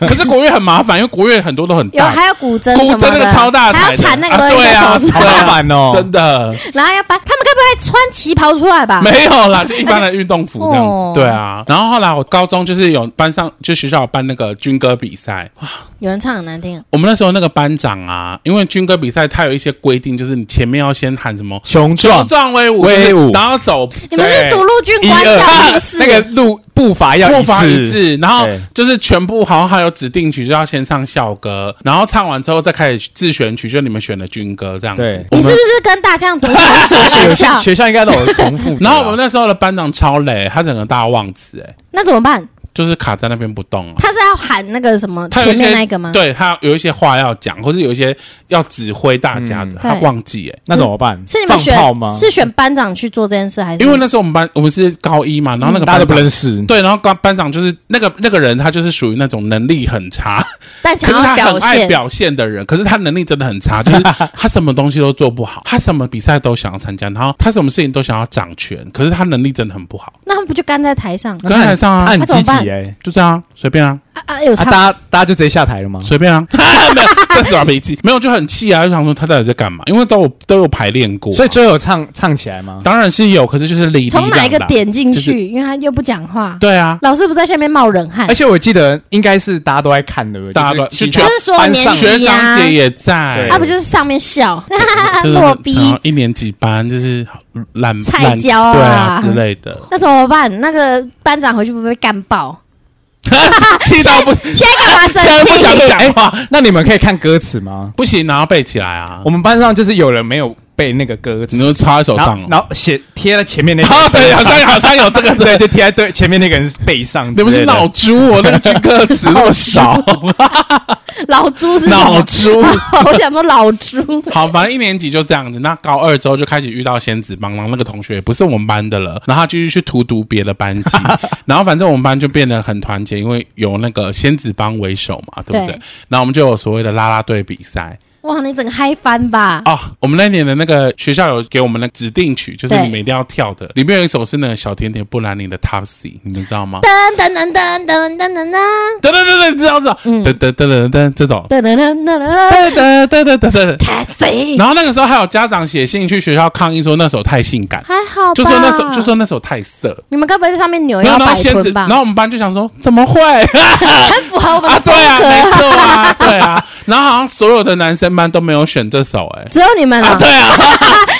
A: 可是国乐很麻烦，因为国乐很多都很
B: 有
A: 大，
B: 还有古筝什
A: 古
B: 么
A: 筝那个超大
B: 还
A: 台
B: 要
A: 的，
B: 缠那个
A: 啊
B: 东西
A: 对
B: 在
A: 啊，
B: 手上，
C: 好麻烦哦
A: 真的。
B: 然后要把他们该不会穿旗袍出来吧？
A: 没有啦，就一般的运动服这样子
B: 哦。
A: 对啊，然后后来我高中就是有班上，就学校有办那个军歌比赛。
B: 有人唱很难听啊，
A: 我们那时候那个班长啊，因为军歌比赛它有一些规定，就是你前面要先喊什么“雄
C: 雄壮，
A: 壮威武”，
C: 威
A: 就
C: 武
A: 是然后走
B: 你们是
C: 对
B: 独路军
C: 一
B: 官校是
C: 二
B: 不，是？
C: 那个路步伐要
A: 步伐一致，然后
C: 对
A: 就是全部好像还有指定曲，就要先唱校歌，然后唱完之后再开始自选曲，就你们选的军歌这样子
C: 对。
A: 我
B: 你是不
A: 们
B: 是跟大家读同一所学
C: 学
B: 校
C: 校？学校应该都有重复的啦。
A: 然后我们那时候的班长超累，他整个大忘词，哎，
B: 那怎么办？
A: 就是卡在那边不动啊。
B: 他是要喊那个什么
A: 他有一
B: 前
A: 些
B: 面那个吗？
A: 对他有一些话要讲，或是有一些要指挥大家的，
C: 嗯
A: 他
B: 对
A: 忘记哎、
C: 那怎么办？
B: 是你们
C: 放
B: 选
C: 炮吗？
B: 是选班长去做这件事还是？
A: 因为那时候我们班我们是高一嘛，然后那个
C: 嗯
A: 班
C: 大家
A: 长、
C: 都不认识。
A: 对，然后班班长就是那个那个人，他就是属于那种能力很差，
B: 但
A: 可
B: 想
A: 是
B: 要
A: 他
B: 表
A: 很爱
B: 现，
A: 表现的人，可是他能力真的很差，就是 他什么东西都做不好，他什么比赛都想要参加，然后他什么事情都想要掌权，可是他能力真的很不好，
B: 那他们不就干在台上？
A: 跟台上
C: 他
A: 啊，
C: 很积极
B: 那怎么
C: 哎，
A: 就这样随便啊，
B: 啊啊，有
C: 啊，
B: 差
C: 大家大家就直接下台了吗？
A: 随便 啊，没有在耍脾气，没有就很气啊，就想说他到底在干嘛？因为都有都有排练过啊，
C: 所以最后唱唱起来吗？
A: 当然是有，可是就是理
B: 从哪一
A: 理
B: 个？
A: 朗朗
B: 点进
A: 就是
B: 去？因为他又不讲话，
A: 对啊，
B: 老师不在下面冒冷汗
C: 而，且我记得应该是大家都在看的，
A: 大家都
C: 就是其
A: 就
B: 就
C: 他
A: 全
B: 是所有
C: 班
B: 年
C: 上
A: 学
B: 级啊
A: 长
B: 呀，
A: 姐也
C: 对
A: 在，
B: 他不就是上面笑
A: 就是
B: 落逼
A: 然后一年级班就是懒
B: 菜
A: 懒
B: 椒啊
A: 对啊之类 的，
B: 那怎么办？那个班长回去会不会被干爆？啊
A: 气到不，
B: 现在干嘛
A: 现在
B: 生
A: 不想
B: 气？
A: 讲话，
C: 那你们可以看歌词吗？
A: 不行，然后背起来啊
C: 我，们班上就是有人没有背那个歌
A: 你
C: 词，
A: 就插在手
C: 然
A: 上
C: 后
A: 哦，
C: 然后写贴在前面 那个
A: 好
C: 人身
A: 像
C: 上，
A: 好像好像有这个
C: 对，就贴在对前面那个人背上之
A: 你
C: 类的。
A: 们是脑猪哦，那个句歌词那么 少，
B: 老猪是什
A: 脑
B: 么？
A: 猪。
B: 我想说老猪，
A: 好，反正一年级就这样子。那高二之后就开始遇到仙子帮，然后那个同学也不是我们班的了，然后他继续去荼毒别的班 级，然后反正我们班就变得很团结，因为有那个仙子帮为首嘛，对不对
B: 对？
A: 然后我们就有所谓的啦啦队比赛
B: 哇，你整个嗨翻吧！
A: 哦。我们那年的那个学校有给我们的指定曲，就是
B: 对
A: 你们一定要跳的，里面有一首是那个小甜甜布兰妮的 Taxi，你们知道吗？
B: 噔噔噔噔噔噔噔噔，
A: 噔噔噔噔，知道知道，
B: 嗯
A: 噔噔噔噔噔，这种。
B: 噔噔噔
A: 噔
B: 噔噔，
A: 噔噔噔噔噔，
B: 太肥，
A: 然后那个时候还有家长写信去学校抗议说那首太性感，
B: 还好吧？啊
A: 就说那首就说那首太色，
B: 你们该不会在上面扭
A: 然
B: 腰
A: 后然
B: 摆
A: 后仙子，
B: 臀吧
A: 然？后我们班就想说怎么会
B: 很符合我们
A: 啊？
B: 的
A: 对
B: 风
A: 啊，没
B: 格，
A: 错啊，对啊。然后好像所有的男生班都没有选这首、欸，
B: 只有你们
A: 哎，啊，
B: 了
A: 对。 啊。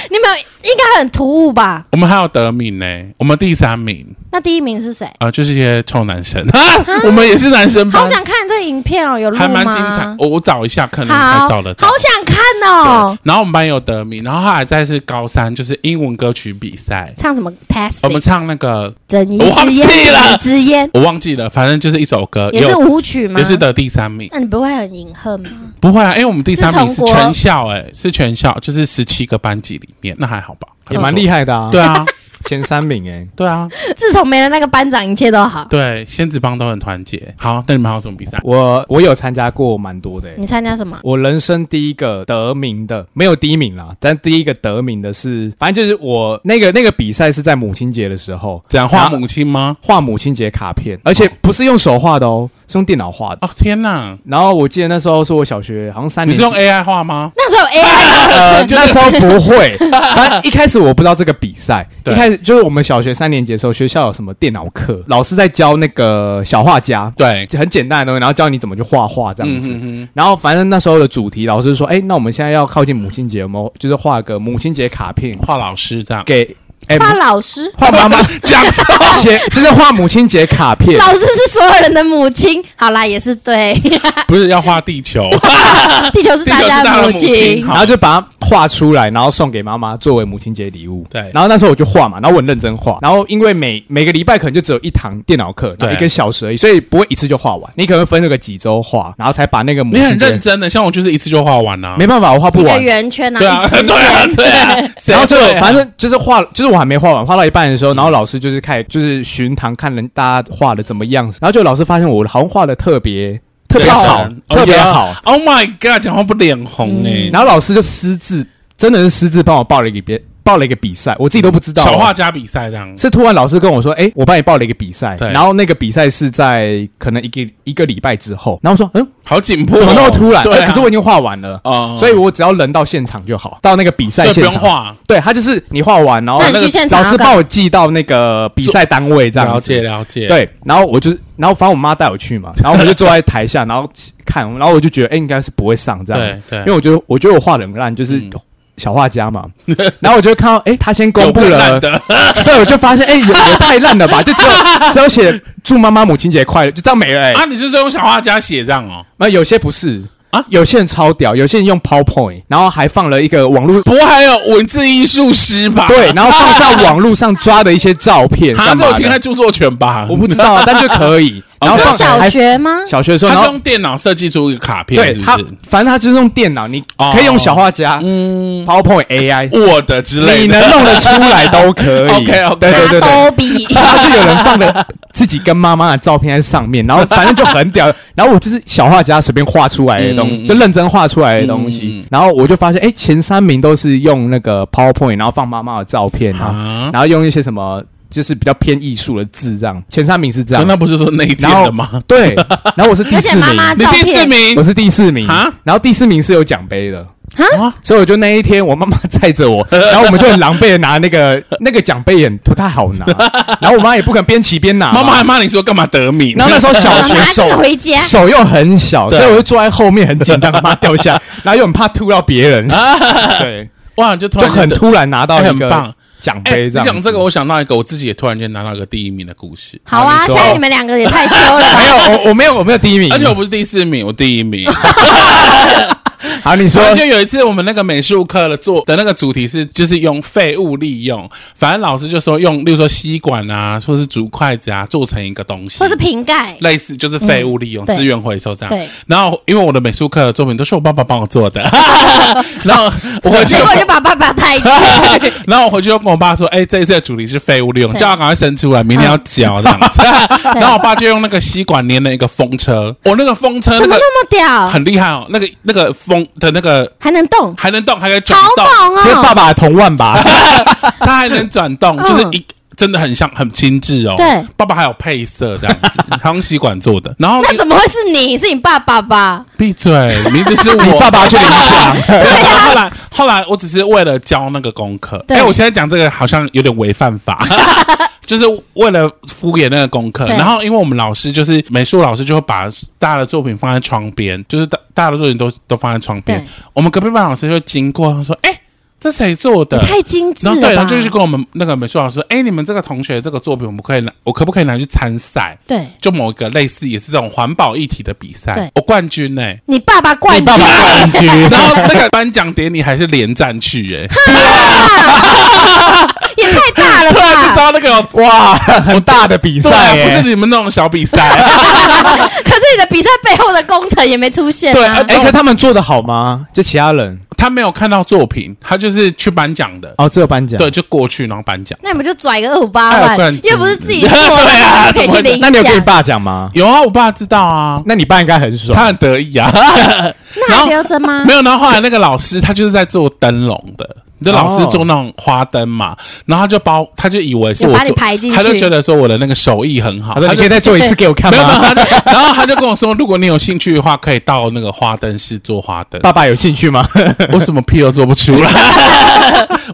B: 你们应该很突兀吧？
A: 我们还有得名呢、我们第三名
B: 那第一名是谁？
A: 啊、就是一些臭男生 啊，我们也是男生班
B: 好，想看这影片哦，有录
A: 嗯
B: 吗？
A: 还蛮精彩。我我找一下，可能还
B: 好，
A: 找得到
B: 好。想看哦
A: 对。然后我们班也有得名，然后后来再是高三，就是英文歌曲比赛，
B: 唱什么
A: 我们
B: ？Testing，
A: 唱那个
B: 整一
A: 我忘
B: 支
A: 记
B: 烟，
A: 了
B: 一支烟，
A: 我忘记了，反正就是一首歌，
B: 也是
A: 有
B: 舞曲吗？
A: 也是。得第三名。
B: 那你不会很隐恨吗？
A: 不会啊，因为我们第三名是
B: 自从国
A: 全校、欸，哎，是全校，就是十七个班级里面，那还好吧，
C: 也蛮厉
A: 害。
C: 害的啊。
A: 对啊，
C: 前三名哎、
A: 对啊，
B: 自从没了那个班长，一切都好。
A: 对，仙子帮都很团结。好，那你们还有什么比赛？
C: 我我有参加过蛮多的、欸。
B: 你参加什么？
C: 我人生第一个得名的，没有第一名啦，但第一个得名的是，反正就是我那个那个比赛是在母亲节的时候，
A: 讲画
C: 然后
A: 母亲吗？
C: 画母亲节卡片，而且不是用手画的哦，是用电脑画的。
A: 哦天哪！
C: 然后我记得那时候是我小学好像三
A: 你
C: 年
A: 是
C: 级，
A: 用 AI 画吗？
B: 那时候 哎 AI
C: 呃，就那时候不会。反正一开始我不知道这个比赛，
A: 对
C: 一开始就是我们小学三年级的时候，学校有什么电脑课，老师在教那个小画家，
A: 对，
C: 很简单的东西，然后教你怎么去画画这样子。
A: 嗯
C: 然后反正那时候的主题，老师说，哎、那我们现在要靠近母亲节，我们就是画个母亲节卡片
A: 嗯画老师这样。
C: 给哎、
B: 画老师，
C: 画妈妈
A: 讲 错，
C: 写，就是画母亲节卡片，
B: 老师是所有人的母亲。好啦，也是对，
C: 啊
A: 不是要画地球，
B: 地球是大家
A: 地球是大家的母
B: 母
A: 亲
B: 亲
A: 好。
C: 然后就把它画出来，然后送给妈妈作为母亲节礼物。
A: 对
C: 然后那时候我就画嘛，然后我很认真画，然后因为每每个礼拜可能就只有一堂电脑课，然
A: 对
C: 后一个小时而已，所以不会一次就画完，你可能分了个几周画，然后才 把那个母
A: 你很
C: 亲节
A: 认。真的，像我就是一次就画完了。
C: 没办法，我画不
B: 一个
C: 完。
B: 圆圈啊，
A: 对啊，
B: 一直
A: 对啊， 对 啊。谁
C: 然后就
A: 会啊
C: 反正就是画，就是我还没画完，画到一半的时候，然后老师就是开就是巡堂看人大家画的怎么样，然后就老师发现我好像画的特别特别好，
A: 哦
C: 特别
A: 呀
C: 好，
A: Oh my god，讲话不脸红哎
B: 嗯。
C: 然后老师就私自真的是私自帮我报了一个别报了一个比赛，我自己都不知道哦、
A: 小画家比赛这样，
C: 是突然老师跟我说，哎、我帮你报了一个比赛，
A: 对
C: 然后那个比赛是在可能一个一个礼拜之后，然后我说，嗯，
A: 好紧迫哦，
C: 怎么那么突然？
A: 对啊，
C: 哎可是我已经画完了。
A: 哦
C: 所以我只要人到现场就好，到那个比赛
A: 所以
C: 现
A: 不
C: 场
A: 用画，
C: 对他就是你画完，然后
B: 那你
C: 那
B: 去现
C: 个
B: 场
C: 老
B: 要
C: 师
B: 干
C: 帮我寄到那个比赛单位这样子
A: 了解了解。，
C: 对，然后我就，然后反正我妈带 我去嘛，然后我就坐在台下，然后看，然后我就觉得，哎、应该是不会上这样，
A: 对对
C: 因为我觉得，我觉得我画的很烂，就是
A: 嗯
C: 小画家嘛，然后我就看到，哎、他先公布
A: 有更
C: 了
A: 烂，的，
C: 对，我就发现，哎、也也太烂了吧，就只 有只有写祝妈妈母亲节快乐，就这样没了、哎、
A: 啊，你是说用小画家写这样哦？
C: 那有些不是
A: 啊
C: 啊，有些人超屌，有些人用 PowerPoint，然后还放了一个 网络。
A: 不会还有文字艺术师吧？
C: 对，然后放上网络上抓的一些照片，
A: 啊，
C: 干
A: 这
C: 嘛
A: 有侵害
C: 的？
A: 著作权吧？
C: 我不知 道啊，但就可以。
A: 哦
C: 然后
B: 是
C: 放
B: 小
C: 还
B: 学吗？
C: 小学的时候，然
A: 他是
C: 后
A: 用电脑设计出一个卡片，
C: 对
A: 是
C: 他
A: 不是？，
C: 反正他就是用电脑，你
A: 哦
C: 可以用小画家、
A: 嗯
C: PowerPoint、AI，
A: ，Word 之类
C: 你
A: 的。哦
C: 能弄得出来都 可以。
A: OK，OK
C: 对对对对。
B: 阿多 比，
C: 然后就有人放了自己跟妈妈的照片在上面，然后反正就很屌。 然后我就是小画家随便画出来的东西，
A: 嗯
C: 就认真画出来的东
A: 嗯嗯
C: 西
A: 嗯。
C: 然后我就发现，哎，前三名都是用那个 PowerPoint，然后放妈妈的照片啊，
A: 啊，
C: 然后用一些什么就是比较偏艺术的字这样。前三名是这
A: 可
C: 样
A: 哦那，不是说内建
C: 然后
A: 的吗？
C: 对，然后我是第
B: 而且
C: 四名
B: 妈。妈
A: 你
B: 照
A: 第四
B: 片
A: 名
C: 我是第四名
A: 啊
C: 然后第四名是有奖杯的，
A: 啊，
C: 所以我就那一天我妈妈载 着我，然后我们就很狼狈的拿那个那个奖杯也不太好 拿，然后我妈也不肯边骑边拿，
A: 妈妈还，骂你说干嘛得米？
C: 然 后那时候 小
B: 妈
C: 学
B: 妈这个
C: 手
B: 回家
C: 手又很小，
A: 对
C: 所以我就坐在后面很紧张，怕 掉下，然后又很怕吐到别人，对，
A: 啊哇，就突
C: 就
A: 然间
C: 很
A: 得
C: 突然拿到
A: 哎
C: 一
A: 很棒
C: 个。奖
A: 哎，
C: 杯
A: 你
C: 这样子，
A: 讲这个，我想到一个，我自己也突然间拿到一个第一名的故事，
B: 好啊，
C: 好你
B: 现
C: 说
B: 在你们两个也太秋 了吧
C: 没？有，我我没有我没有第一名，
A: 而且我不是第四名，我第一 名。
C: 好你说
A: 所以就有一次我们那个美术课的做的那个主题是就是用废物利用，反正老师就说用，例如说吸管啊，或是竹筷子啊，做成一个东西，
B: 或是瓶盖，
A: 类似就是废物利用、
B: 嗯对
A: 资源回收这样。
B: 对
A: 然后因为我的美术课的作品都是我爸爸帮我 做的，然后 我回去
B: 结。果就把爸爸带去。
A: 然后我回去就跟我爸说：“哎、这一次的主题是废物利用，
B: 对嗯
A: 叫他赶快生出来，明天要交这样子。” 然后我爸就用那个吸管粘了一个风车，我那个风车那
B: 怎么
A: 个
B: 那么屌？
A: 很厉害哦，那个那个风的那个
B: 还能动，
A: 还能动，还可以转
B: 好
A: 动，
B: 猛
C: 这是爸
B: 哦！
C: 爸的同腕 吧，
A: 它还能转动，
B: 嗯
A: 就是一。真的很像，很精致哦。
B: 对，
A: 爸爸还有配色这样 子，他用吸管做的。然后
B: 那怎么会是你？是你爸爸吧？
A: 闭嘴，明明就是
C: 你
A: 我
C: 爸爸去领奖，
A: 对啊，后来后来我只是为了教那个功课。
B: 对
A: 哎，我现在讲这个好像有点违犯 法，就是为了敷衍那个功课。
B: 对
A: 然后因为我们老师就是美术老师，就会把大家的作品放在窗边，就是大大家的作品都都放在窗边
B: 对。
A: 我们隔壁班老师就经过，他说：“哎，这谁做的？”
B: 太精致
A: 然后对，
B: 了
A: 然
B: 吧？
A: 后就是跟我们那个美术老师说：“哎，你们这个同学这个作品，我们可以拿，我可不可以拿去参赛？
B: 对
A: 就某一个类似也是这种环保议题的比赛
B: 对，
A: 我冠军呢、
B: 你爸爸冠
C: 你
B: 军，
C: 爸爸 冠军，
A: 然后那个颁奖典礼还是连战去、欸，哎，
B: 啊也太大了
A: 突然
C: 啊
A: 就知
B: 吧？
A: 道那个有
C: 哇，很大的比
A: 对啊，
C: 赛
A: 不
C: 耶，
A: 是你们那种小比赛，
B: 可是你的比赛背后的工程也没出现
A: 对
B: 啊
A: 而。
C: 呃哎、可他们做的好吗？就其他人，
A: 他没有看到作品，他就是去颁奖的，
C: 哦，只有颁奖。
A: 对，，就过去然后颁奖。
B: 那你们就拽个二五八
A: 哎不
B: 万
A: 然，
B: 又不是自己做的，
A: 对啊
B: 可以去领
C: 那你有
B: 奖
C: 跟你，爸讲吗？
A: 有啊，我爸知道啊，
C: 那你爸应该很爽。
A: 他很得意啊。
B: 那还留着吗
A: 没？有，然后后来那个老师他就是在做灯笼的，你的老师
C: 哦
A: 做那种花灯嘛，然后他就包，他就以为是
B: 有
A: 我
B: 把你
A: 做
B: 排进去
A: 他就觉得说我的那个手艺很好，
C: 他说：“
A: 他
C: 你可以
A: 就。
C: 再做一次给我看
A: 没有，没有
C: 吗
A: 他就 然后他就跟我说，如果你有兴趣的话，可以到那个花灯室做花？”灯。
C: 爸爸有兴趣 吗？
A: 我什么屁都做不出 来，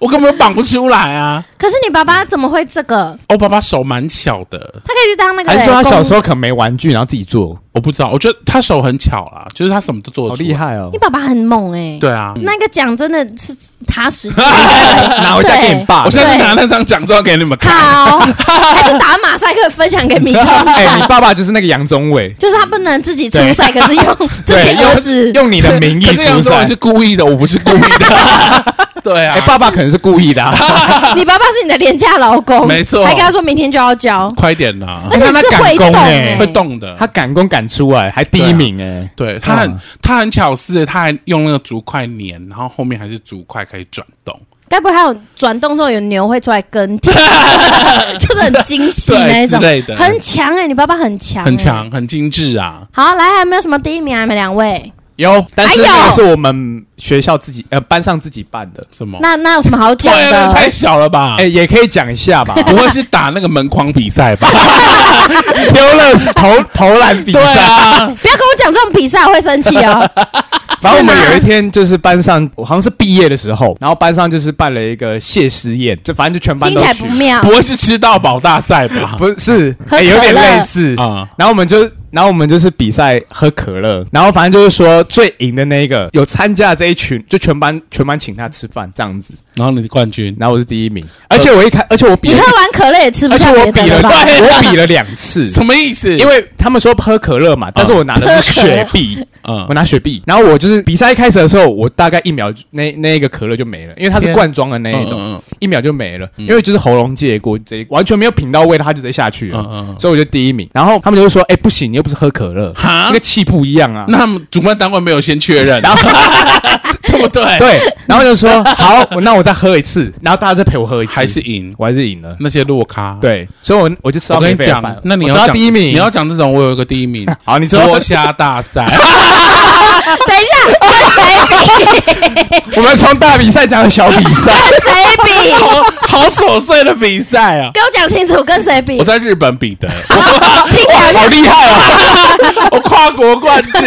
A: 我根本绑不出来啊！
B: 可是你爸爸怎么会这个？
A: 我爸爸手蛮巧的，
B: 他可以去当那个
C: 还是说他小时
B: 候？
C: 候可能没玩具，然后自己做？
A: 我不知道，我觉得他手很巧啦，就是他什么都做得
C: 好
A: 出来
C: 厉。害哦
B: 你！爸爸很猛哎，
A: 对啊，
B: 那个奖真的是踏实。
C: 拿回家给你爸
A: 我。现在就拿那张奖状给你们看。
B: 好，还是打马赛克分享给米通
C: 哎，你
B: 看，
C: 爸爸就是那个杨宗 纬，
B: 就是他不能自己出赛，可是用自己
C: 对，
B: 儿子
C: 用。用你的名义
A: 可是杨
C: 出
A: 宗纬
C: 赛
A: 是。故意的，我不是故意的。 对啊
C: 哎，，爸爸可能是故意的啊。
B: 你爸爸是你的廉价劳工，
A: 没错哦
B: 还跟他说明天就要交，
A: 快点呐
B: 而，且
C: 那
B: 是
C: 他
B: 会
C: 赶工
B: 动
C: 欸
B: 欸
A: 会。动的。
C: 他赶工赶出来，还第一名哎。
A: 对他很
C: 嗯
A: 他很巧思的，他还用那个竹筷粘，然后后面还是竹筷可以转动。
B: 该不会还有转动之后有牛会出来 耕田，就是很精细那
A: 对
B: 一
A: 之
B: 种，
A: 类的，
B: 很强哎，你爸爸很
C: 啊
B: 强，
A: 很。强，很精致啊。
B: 好，来，还有没有什么第一名啊？你们两位，
A: 有
C: 但是
B: 还有
C: 那个是我们学校自己呃班上自己办的，
A: 什么？
B: 那那有什么好讲
A: 对啊那
B: 的？
A: 太小了吧？
C: 哎，也可以讲一下 吧。
A: 不会是打那个门框比赛 吧？
C: 丢了投投篮比
A: 对
C: 赛，
A: 啊，
B: 不要跟我讲这种比赛，我会生气 哦。
C: 然后我们
B: 是吗
C: 有一天就是班上，我好像是毕业的时候，然后班上就是办了一个谢师宴，就反正就全班
B: 听
C: 都
B: 起来
C: 去
B: 不，妙
A: 不。会是吃到饱大赛吧？
C: 不是，
B: 喝
C: 哎
B: 可乐
C: 有点类似
A: 啊
C: 然后我们就，然后我们就是比赛喝可乐，然后反正就是说最赢的那一个有参加的这一群，就全班全班请他吃饭这样子，
A: 然后你的冠军，
C: 然后我是第一名，而且我一 开，而且我比
B: 你
C: 了
B: 喝，完可乐也吃不
C: 而且
B: 下
C: 我
B: 别
C: 比
B: 的
C: 了，
B: 了吧？
C: 我比了两次，
A: 什么意思？
C: 因为他们说喝可乐嘛，但是我拿的 是雪碧，
A: 嗯
C: 我拿雪碧，然后我就是比赛一开始的时候，我大概一秒就那那一个可乐就没了，因为它是
A: 天
C: 罐装的那一
A: 嗯嗯
C: 种
A: 嗯，
C: 一秒就没了，因为就是喉咙借过，直接完全没有品到味道，它就直接下去
A: 嗯嗯
C: 了
A: 嗯，
C: 所以我就第一名。然后他们就说：“哎，不行，你又不是喝可乐，
A: 哈
C: 那个气不一样啊。
A: 那他们主办单位没有先确认，然后 对不对？”，
C: 对，然后就说：“好，我那我再喝一次。” 然后大家再陪我喝一次，
A: 还是赢
C: 我还是赢了。
A: 那些洛咖。，
C: 对，所以我我就吃到
A: 我跟
C: 免
A: 你
C: 费的饭
A: 讲，那你
C: 我
A: 要
C: 得
A: 讲
C: 到第一名，
A: 你要讲这种，我有一个第一 名，
C: 好，你说
A: 剥虾大赛。
B: 等一下，跟谁比？
C: 我们从大比赛讲到小比赛。
B: 跟谁比？
A: 好好琐碎的比赛啊！
B: 给我讲清楚，跟谁比
A: 我？在日本比的，
B: 听起 来
C: 好厉害啊！
A: 我跨国冠军，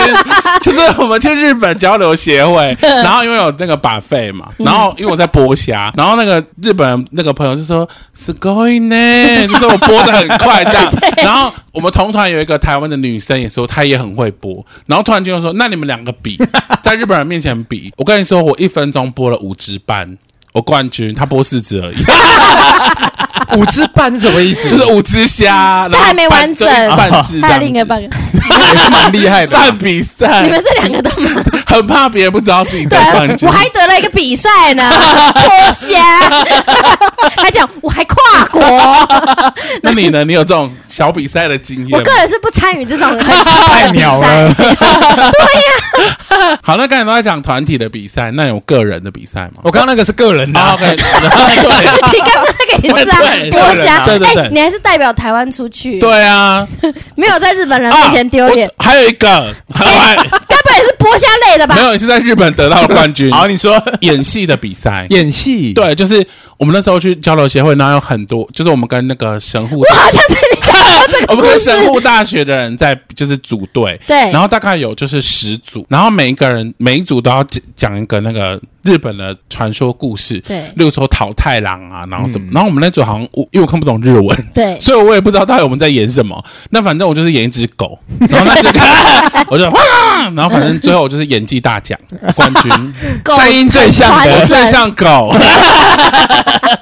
A: 就是我们去日本交流协会，
B: 嗯
A: 然后因为有那个把费嘛，然后因为我在剥虾，然后那个日本那个朋友就说是 going 呢， 就是我剥的很快这 样，然后我们同团有一个台湾的女生也说她也很会剥，然后突然间就说那你们两个 比，在日本人面前比，我跟你说我一分钟剥了五只半。我冠军，她剥四只而 已，
C: 五只半是什么意思？
A: 就是五只虾，
B: 但还没完整哦
A: 然后半半只这样子，
B: 还有另一个 bug，
C: 也是蛮厉害的。
A: 办比赛，
B: 你们这两个都蛮
A: 很怕别人不知道自己
B: 对啊
A: 在冠，军。
B: 我还得了一个比赛 呢，脱虾，还讲我还跨 国，
A: 那你呢？你有这种小比赛的经验
B: 我
A: 吗？
B: 个人是不参与这种很奇怪的比赛。，
A: 好，那刚才都在讲团体的比赛，那有个人的比赛吗？
C: 我刚刚那个是个人 的
A: 啊
C: 啊，
A: ，OK，对
B: 你刚刚那个也是啊
A: 对，
B: 脱虾，
A: 对对对
B: 哎，你还是代表台湾出去，
A: 对啊，
B: 没有在日本人面前丢脸
A: 啊，
B: 哎
A: 我还有一 个，还
B: 该不会也是剥虾类的吧
A: 没？有，你是在日本得到冠军，
C: 好，你说
A: 演戏的比赛。
C: 演戏，
A: 对，就是我们那时候去交流协会，然后有很多，就是我们跟那个神户
B: 我，好像在你讲过这个
A: 我们
B: 故
A: 跟
B: 事
A: 神，户大学的人在就是组队，
B: 对
A: 然后大概有就是十组，然后每一个人每一组都要讲讲一个那个日本的传说故事，
B: 对
A: 例如说桃太郎啊，然后什么，然后我们那组好像我因为我看不懂日文，
B: 对，
A: 所以我也不知道到底我们在演什么。那反正我就是演一只 狗，然后那只狗 我就哇，然后反正最后我就是演技大 奖冠军，
B: 狗
C: 声音最像
B: 传
A: 我
C: 的，
A: 最像狗，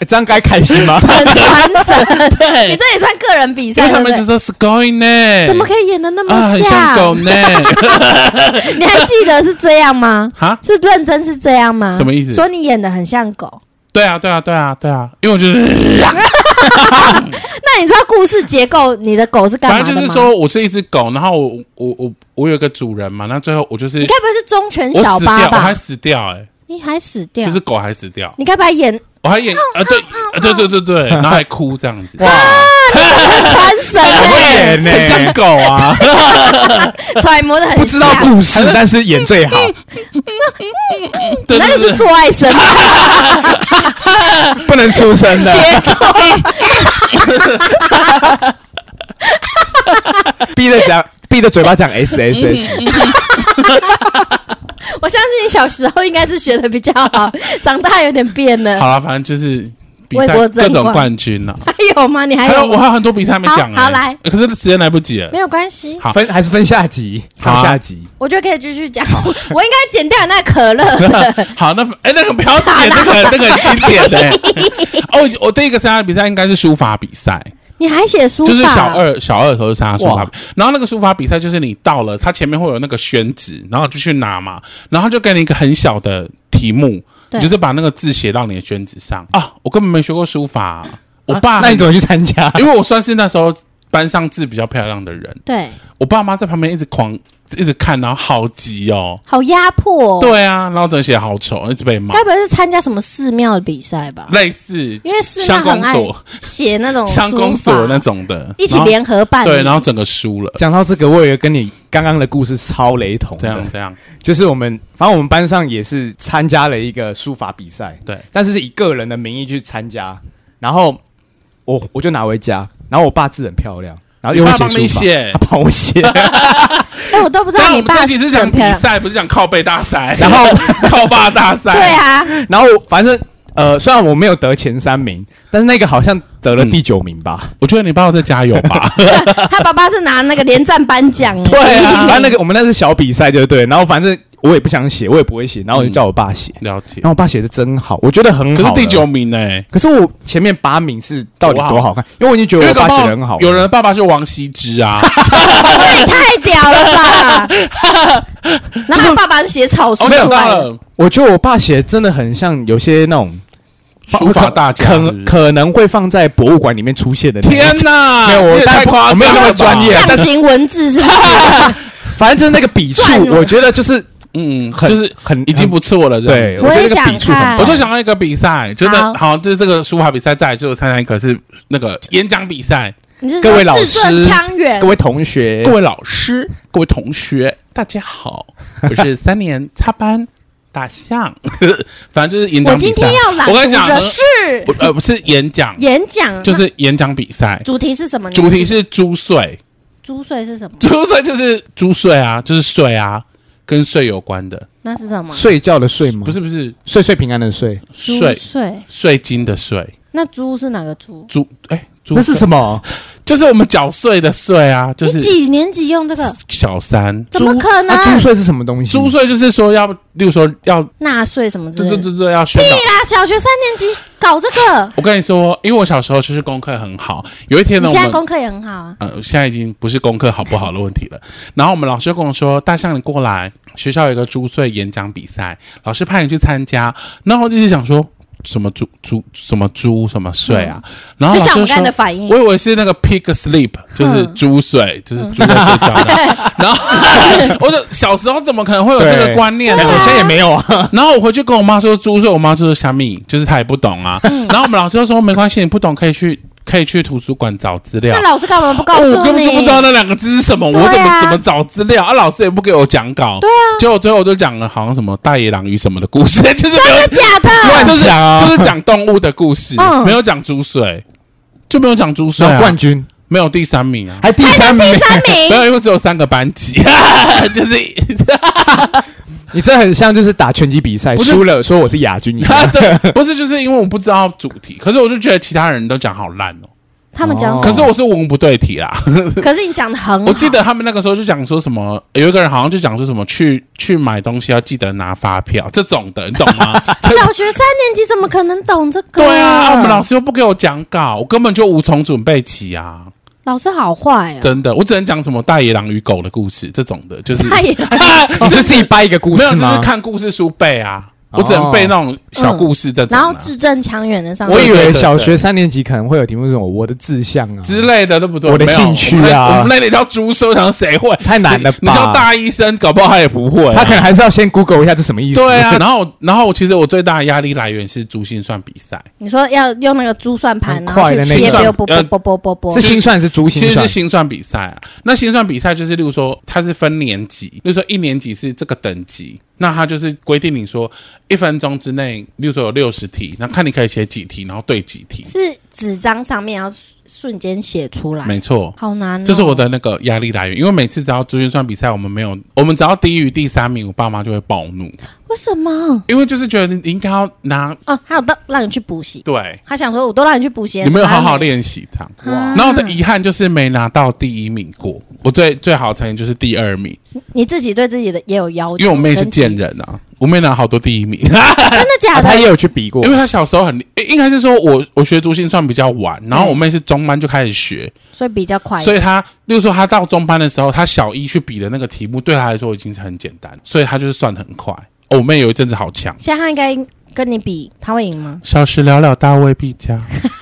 C: 这样该开心 吗？
B: 很传神，你
A: 对，
B: 这也算个人比
A: 所以他
B: 赛，对不
A: 们
B: 对
A: 就？说是 going 呢，
B: 怎么可以演的那
A: 啊，
B: 么
A: 很像狗呢？
B: 你还记得是这样吗？
A: 哈，
B: 是认真是这样吗？
A: 什么意思
B: 说你演的很像狗，
A: 对啊，对啊，对啊，对啊，因为我就是。
B: 那你知道故事结构你的狗是干嘛
A: 反
B: 的吗？
A: 正就是，说我是一只狗，然后我我我我有一个主人嘛，那最后我就是
B: 你该不会是忠犬
A: 我
B: 小
A: 死掉，
B: 八
A: 我还
B: 吧？啊
A: 死掉哎、
B: 你你还死掉，
A: 就是狗还死掉，
B: 你该把眼
A: 我还演啊对啊对对对 对，然后还哭这样子，
C: 哇，
B: 啊穿 神欸
C: 演呢、
A: 很像狗 啊，
B: 揣摩的很
C: 不知道
B: 像
C: 故事，但是演最好，
A: 对
B: 那
A: 对
B: 个
A: 对
B: 是做爱 神吧，
C: 不能出声的，
B: 学错。
C: 闭着讲，闭着嘴巴 讲 S S S，
B: 我相信你小时候应该是学的比较 好，长大有点变了。
A: 好了，反正就是比
B: 为
A: 赛
B: 国
A: 各
B: 争
A: 种
B: 光
A: 冠军了。
B: 还有吗？你还
A: 还有
B: 有
A: 我
B: 吗？
A: 还有很多比赛没讲欸，
B: 哎好好来
A: 可是时间来不及了
B: 没。有关系，
A: 好
C: 分还是分下集，上
A: 好啊
C: 下集，
B: 我觉得可以继续讲。 我应该剪掉那可乐 的，
A: 好，那哎、那个不要点那个那个很经典的、欸。 哦，我第一个参加的比赛应该是书法比赛，
B: 你还写书法？
A: 就是小二小二的时候就参加书法比，然后那个书法比赛就是你到了，它前面会有那个宣纸，然后你就去拿嘛，然后就给你一个很小的题目，
B: 对
A: 你就是把那个字写到你的宣纸上啊。我根本没学过书法、我爸、
C: 啊那你怎么去参加？
A: 因为我算是那时候班上字比较漂亮的人，
B: 对，
A: 我爸妈在旁边一直狂一直看，然后好急哦。
B: 好压迫、哦。，
A: 对啊，然后整写得好丑，一直被骂
B: 该。不会是参加什么寺庙的比赛吧？
A: 类似
B: 因为寺庙
A: 乡
B: 很
A: 公
B: 爱
A: 所、
B: 写那种
A: 乡公
B: 书法
A: 所那，种的，
B: 一起
A: 然后
B: 联合办理。
A: 对，然后整个输了，
C: 讲到这个，我有跟你刚刚的故事超雷同
A: 这样
C: 的，
A: 这样，
C: 就是我们，反正我们班上也是参加了一个书法比赛，
A: 对，
C: 但是是以个人的名义去参加，然后我我就拿回家，然后我爸字很漂亮，然后又
A: 你爸
C: 会
A: 帮你
C: 写 书
A: 写
C: 法，他帮我写，
B: 哎、我都不知
A: 但
B: 道
A: 我
B: 你
A: 们这
B: 爸
A: 期是
B: 很
A: 讲比
B: 漂亮。
A: 赛，不是讲靠背大 赛，
C: 然后
A: 靠爸大赛。
B: 对，啊，
C: 然后反正呃，虽然我没有得前三名，但是那个好像得了第九名 吧，
A: 我觉得你爸爸在加油 吧，
B: 他爸爸是拿那个连战颁奖哎。
A: 啊
C: 反正那个我们那是小比赛，对不对？然后反正我也不想写，我也不会写，然后我就叫我爸写，
A: 了解
C: 然。后我爸写的真好，我觉得很
A: 嗯可
C: 好。
A: 是第九。名呢？
C: 可是我前面八名是到底多好看？因为我已经觉
A: 因为
C: 得
A: 搞
C: 我爸
A: 不
C: 写
A: 好
C: 的很好，啊
A: 有人的爸爸是王羲之 啊，
B: 那也哎太屌了 吧！然后他爸爸是写草书
A: 哦，
B: 出
A: 没有
B: 来
A: 到
B: 的，
A: 了
C: 我觉得我爸写的真的很像有些那种
A: 书法大家
C: 可
A: 是不
C: 能
A: 是
C: 可能会放在博物馆里面出现的那种。
A: 天哪！
C: 没有我
A: 你也
C: 但
A: 太夸张
C: 我没有那么
A: 了吧
C: 专业
B: 象形文字是不是？
C: 反正就是那个 笔触
B: 赚，了
C: 我觉得就是
A: 嗯，
C: 很
A: 就是
C: 很
A: 已经不错了，这样
C: 对，
A: 子
B: 我
C: 觉
B: 也
C: 得那个
B: 想
C: 笔触很
B: 看
C: 棒
A: 我就想到一个比赛，真
B: 好
A: 的好，就是这个书法比赛，再来就参加一个是那个演讲比赛。
B: 你是
C: 各
B: 说
C: 位老
B: 字
C: 师
B: 正腔圆
C: 各？位同学
A: 各，位老师、各位同学，大家好，我是三年插班大象， 反正就是演
B: 我
A: 讲比
B: 今
A: 赛
B: 天。要朗
A: 我跟
B: 读
A: 你讲
B: 的是
A: 我呃，不是演讲，
B: 演讲，
A: 就是演讲比赛
B: 那，主题是什么？
A: 主题是租税，
B: 租税是什么？
A: 租税就是租税啊，就是税啊，跟税有关的，
B: 那是什么？
C: 睡觉的睡吗？
A: 不是不是
C: 岁岁平安的岁，
B: 租
A: 税
B: 税？
A: 税金的税，
B: 那猪是哪个猪？
A: 租哎。租
C: 那是
A: 税
C: 什么？
A: 就是我们缴税的税啊，就
B: 你
A: 是啊
B: 几年级用这个？
A: 小三
B: 怎么
C: 猪
B: 可能
C: 那？租税是什么东西？
A: 租税就是说要，例如说要，
B: 纳税什么之
A: 对
B: 类
A: 对
B: 的？
A: 对对，要宣导
B: 对。啦，小学三年级搞这个，
A: 我跟你说，因为我小时候就是功课很好，有一天
B: 你
A: 呢，我
B: 现在
A: 们
B: 功课也很好啊。
A: 呃，现在已经不是功课好不好的问题了。然后我们老师就跟我说：“大象，你过来，学校有一个租税演讲比赛，老师派你去参加。”然后我就一直想说。什么租租什么租什么税啊？
B: 嗯
A: 然后
B: 就
A: 老
B: 像我
A: 师
B: 们刚才
A: 说
B: 的反应
A: 我以为是那个 pig sleep，就是
B: 嗯
A: 猪水，就是猪在睡觉 的。然后 我就小时候怎么可能会有这个
C: 对
A: 观念呢？
C: 哎我现在也没有啊。
A: 然后我回去跟我妈说租税，我妈就说虾米，就是她也不懂啊。
B: 嗯
A: 然后我们老师就说没关系，你不懂可以去可以去图书馆找资料
B: 那。老师干嘛啊不告
A: 哦
B: 诉你？
A: 我根本就不知道那两个字是什么，我
B: 对啊
A: 怎么怎么找资料啊？老师也不给我讲稿，对啊，结果最后我就讲了好像什么大野狼与什么的故事，就是没有
B: 真的假的？
C: 乱
A: 就是
C: 讲啊
A: 就是讲动物的故事，
B: 嗯
A: 没有讲猪水，就没有讲猪水
C: 然
A: 啊
C: 后冠军
A: 没有第三名啊。
C: 还第三名
B: 第，三
A: 没
B: 名，
A: 有，因为只有三个班级， 就是
C: 你这很像就是打拳击比赛
A: 不是
C: 输了说我是亚军一
B: 啊
C: 样。
A: 对，不是就是因为我不知道主题，可是我就觉得其他人都讲好烂哦。
B: 他们讲什
A: 可
B: 么？
A: 是我是文不对题啦，
B: 可是你讲的很好，
C: 嗯
A: 哦 我记得他们那个时候就讲说什么，有一个人好像就讲说什么去去买东西要记得拿发票这种的，你懂 吗？
B: 小学三年级怎么可能懂这个？
A: 对啊，我们老师又不给我讲稿，我根本就无从准备起啊！
C: 哎
B: 老师好坏哦，
A: 真的，我只能讲什么大野狼与狗 的故事这种的，就是
B: 他也
C: 你是自己掰一个故
A: 没有，就
C: 事
A: 是
C: 吗？
A: 看故事书背啊。我只能背那种小故事这种
C: 哦
B: 然后
A: 啊
B: 字正腔 圆的上面。
C: 我以
A: 对对
C: 为
A: 对
C: 小学三年级可能会有题目是什么我的志向啊
A: 之类的，对不对？
C: 我的
A: 没有
C: 兴
A: 我
C: 趣啊
A: 们那我们那里叫猪手，我想谁会？
C: 太难了吧
A: 你你叫大医生，搞不好他也不会啊、
C: 他可能还是要先 Google 一下这什么意思。
A: 对 啊，然后，然后，其实我最大的压力来源是珠心算比赛，
B: 你说要用那个珠算盘，
C: 很
B: 然后
C: 快
B: 去
C: 的那
B: 切，
A: 个
B: 不不
A: 呃
B: 不不不不
C: 是，心算是珠
A: 其
C: 心
A: 实
C: 算
A: 是，心算比赛啊。那心算比赛就是，例如说它是分年级，例如说一年级是这个等级，那它就是规定你说一分钟之内，例如说有六十题，那看你可以写几题，然后对几题。
B: 是纸张上面，然后瞬间写出来，
A: 没错，
B: 好难哦。
A: 这是我的那个压力来源，因为每次只要珠心算比赛，我们没有，我们只要低于第三名，我爸妈就会暴怒，
B: 为什么？
A: 因为就是觉得你应该要拿
B: 哦，还有让让你去补习，
A: 对，
B: 他想说我都让你去补习了，
A: 你没有
B: 怎么
A: 好
B: 还
A: 好练习它。
B: 啊
A: 然后我的遗憾就是没拿到第一名过，我最最好的成绩就是第二名，
B: 你自己对自己的也有要求，
A: 因为我妹是
B: 跟自己
A: 贱，人啊，我妹拿好多第一名，
B: 真的假
C: 啊
B: 的
C: 他？也有去比过
A: 因为。她小时候很厉，诶应该是说我我学珠心算比较晚，然后我妹是中班就开始学，
B: 所以比较快，
A: 所以她，例如说她到中班的时候，她小一去比的那个题目对她来说已经是很简单，所以她就是算得很快。哦我妹有一阵子好强，
B: 现在他应该跟你比，他会赢吗？
A: 小时了了，大未必 佳。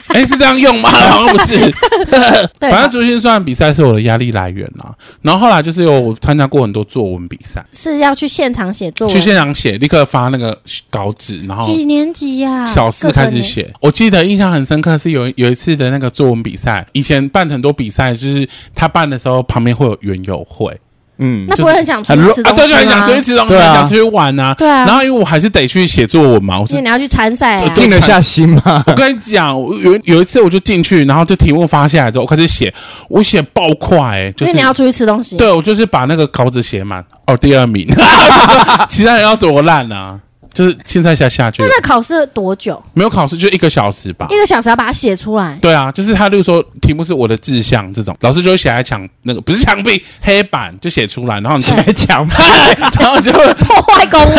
A: 哎，是这样用吗？ 好像不是。
B: 对吧，
A: 反正珠心算比赛是我的压力来源啦。然后后来就是有我参加过很多作文比赛，
B: 是要去现场写作文
A: 去。现场写，立刻发那个稿纸，然后
B: 几年级呀？
A: 哦小四
B: 啊各个
A: 开始
B: 年。
A: 写。我记得印象很深刻是有有一次的那个作文比赛，以前办很多比赛，就是他办的时候旁边会有园游会，
C: 嗯
B: 那不会很想出去
C: 很弱
B: 吃
A: 啊，
B: 东
A: 对
B: 西
A: 对，
B: 吗？
A: 很想出去吃东西，
C: 对啊
A: 很想出去玩啊。
B: 对啊
A: 然后因为我还是得去写作文嘛，我
B: 因
A: 是
B: 为你要去参
A: 呃
B: 赛啊。
C: 静得下 心吗？
A: 我跟你讲，我有有一次我就进去，然后这题目发下来之后，我开始写，我写爆快、欸，就
B: 因
A: 是
B: 为你要出去吃东西。
A: 对我就是把那个稿子写满，哦，第二名， 其他人要多烂啊！就是现在下下去
B: 那，那考试多久？
A: 没有考试就一个小时吧
B: 一。个小时要把它写出 来。
A: 对啊，就是他，例如说题目是我的志向这种，老师就会写在墙那个不是墙壁黑板就写出来，然后你就
C: 强吗？
A: 然后你就
B: 破坏公物，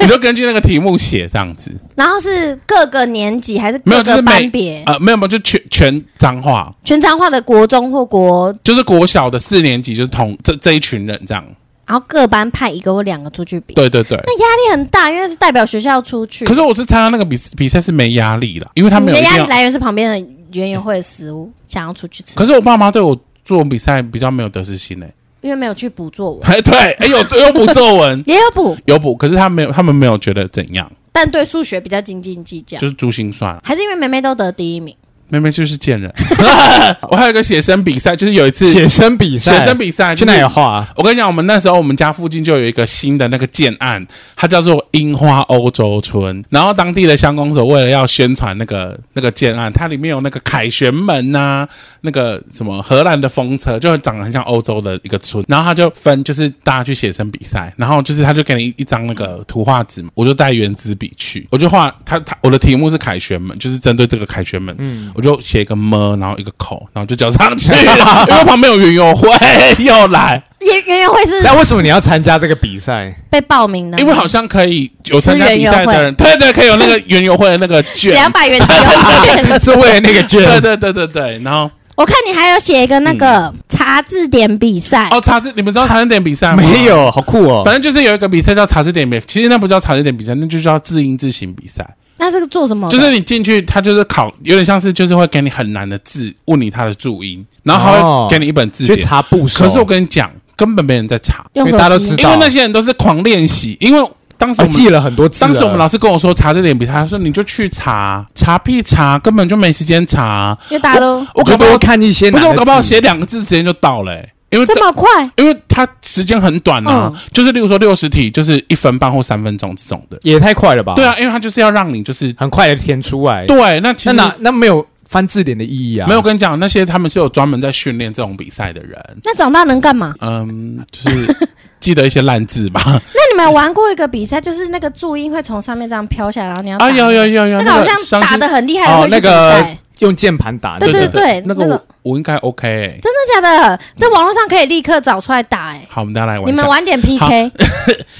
A: 你就根据那个题目写这样子，
B: 然后是各个年级还是
A: 没有
B: 各
A: 就是
B: 个
A: 每
B: 班别？
A: 呃没有没有就全全脏话，
B: 全彰化的国中或国，
A: 就是国小的四年级就是同这这一群人这样，
B: 然后各班派一个或两个出去比，
A: 对对对。
B: 那压力很大，因为是代表学校出去。
A: 可是我是参加那个比比赛是没压力啦，因为他
B: 你
A: 没有
B: 的
A: 一定
B: 压
A: 要
B: 力来源是旁边的园游会的食物，想要出去吃
A: 可，是我爸妈对我作文比赛比较没有得失心欸诶、
B: 因为没有去补作文，，
A: 哎，对，哎有有补作文
B: 也有补，
A: 有补，可是他没有，他们没有觉得怎样，
B: 但对数学比较斤斤计较
A: 就，是珠心算。
B: 还是因为梅梅都得第一名，
A: 妹妹就是贱人。我还有一个写生比赛，就是有一次
C: 写生比赛，
A: 写生比赛，
C: 去
A: 就是
C: 哪里画啊？
A: 我跟你讲，我们那时候我们家附近就有一个新的那个建案，它叫做樱花欧洲村。然后当地的乡公所为了要宣传那个那个建案，它里面有那个凯旋门呐、那个什么荷兰的风车，就长得很像欧洲的一个村。然后他就分就是大家去写生比赛，然后就是他就给你一张那个图画纸嘛，我就带圆珠笔去，我就画他他我的题目是凯旋门，就是针对这个凯旋门，嗯，我就写一个么，然后一个口，然后就交上去了，因为旁边有园游会又来。
B: 园园游会是
C: 那为什么你要参加这个比 赛？
B: 被报名的吗，
A: 因为好像可以有参加比赛的人，对对，可以有那个园游会的那个券
B: 两，百元的游券
C: 是为了那个
A: 对
C: 卷，
A: 对对对对。然后
B: 我看你还有写一个那个查字典比赛，
A: 哦，茶字，你们知道茶字典比赛吗？
C: 没，有，好酷哦
A: 反！正就是有一个比赛叫茶字典比，其实那不叫茶字典比赛，那就叫字音字形比赛。
B: 那是做什么的？
A: 就是你进去，他就是考，有点像是就是会给你很难的字，问你它的注音，然后他
C: 哦
A: 会给你一本字
C: 去
A: 典。
C: 查部首，
A: 可是我跟你讲，根本没人在查，
B: 用
C: 因为
B: 手
C: 大家都
B: 机
C: 知，
A: 因为那些人都是狂练习，因为当时
C: 我
A: 我们
C: 哦记了很多字了。
A: 当时我们老师跟我说查这点比赛，他说你就去查，查屁查，根本就没时间查。
B: 因为大家都
A: 我
C: 就
A: 搞不好
C: 多看一些
A: 不
C: 欸难的字，
A: 是我搞不好写两个字时间就到了、欸因为
B: 这么快，
A: 因为它时间很短啊，
B: 嗯
A: 就是例如说六十题就是一分半或三分钟这种的。
C: 也太快了吧？
A: 对，啊，因为它就是要让你就是
C: 很快的填出来。
A: 对，那其
C: 哎那
A: 实
C: 哪那没有翻字典的意义啊？
A: 没有我跟你讲，那些他们是有专门在训练这种比赛的人，
B: 那长大能干嘛？
A: 嗯，就是 记得一些烂字吧。
B: 那你们有玩过一个比赛，就是那个注音会从上面这样飘下来，然后 你要打
A: 啊，有有有有，
B: 那个
A: 那
B: 好
A: 个
B: 像
A: 伤
B: 打
A: 心
B: 的很厉害的
C: 哦
B: 会，去
C: 那
B: 比
C: 个
B: 赛，
C: 用键盘打的，
B: 对
A: 对
B: 对，
A: 那个我我应该 OK 欸、
B: 真的假的？在网络上可以立刻找出来打哎、
A: 好，我们大家来玩
B: 你
A: 一下。
B: 们晚点 PK，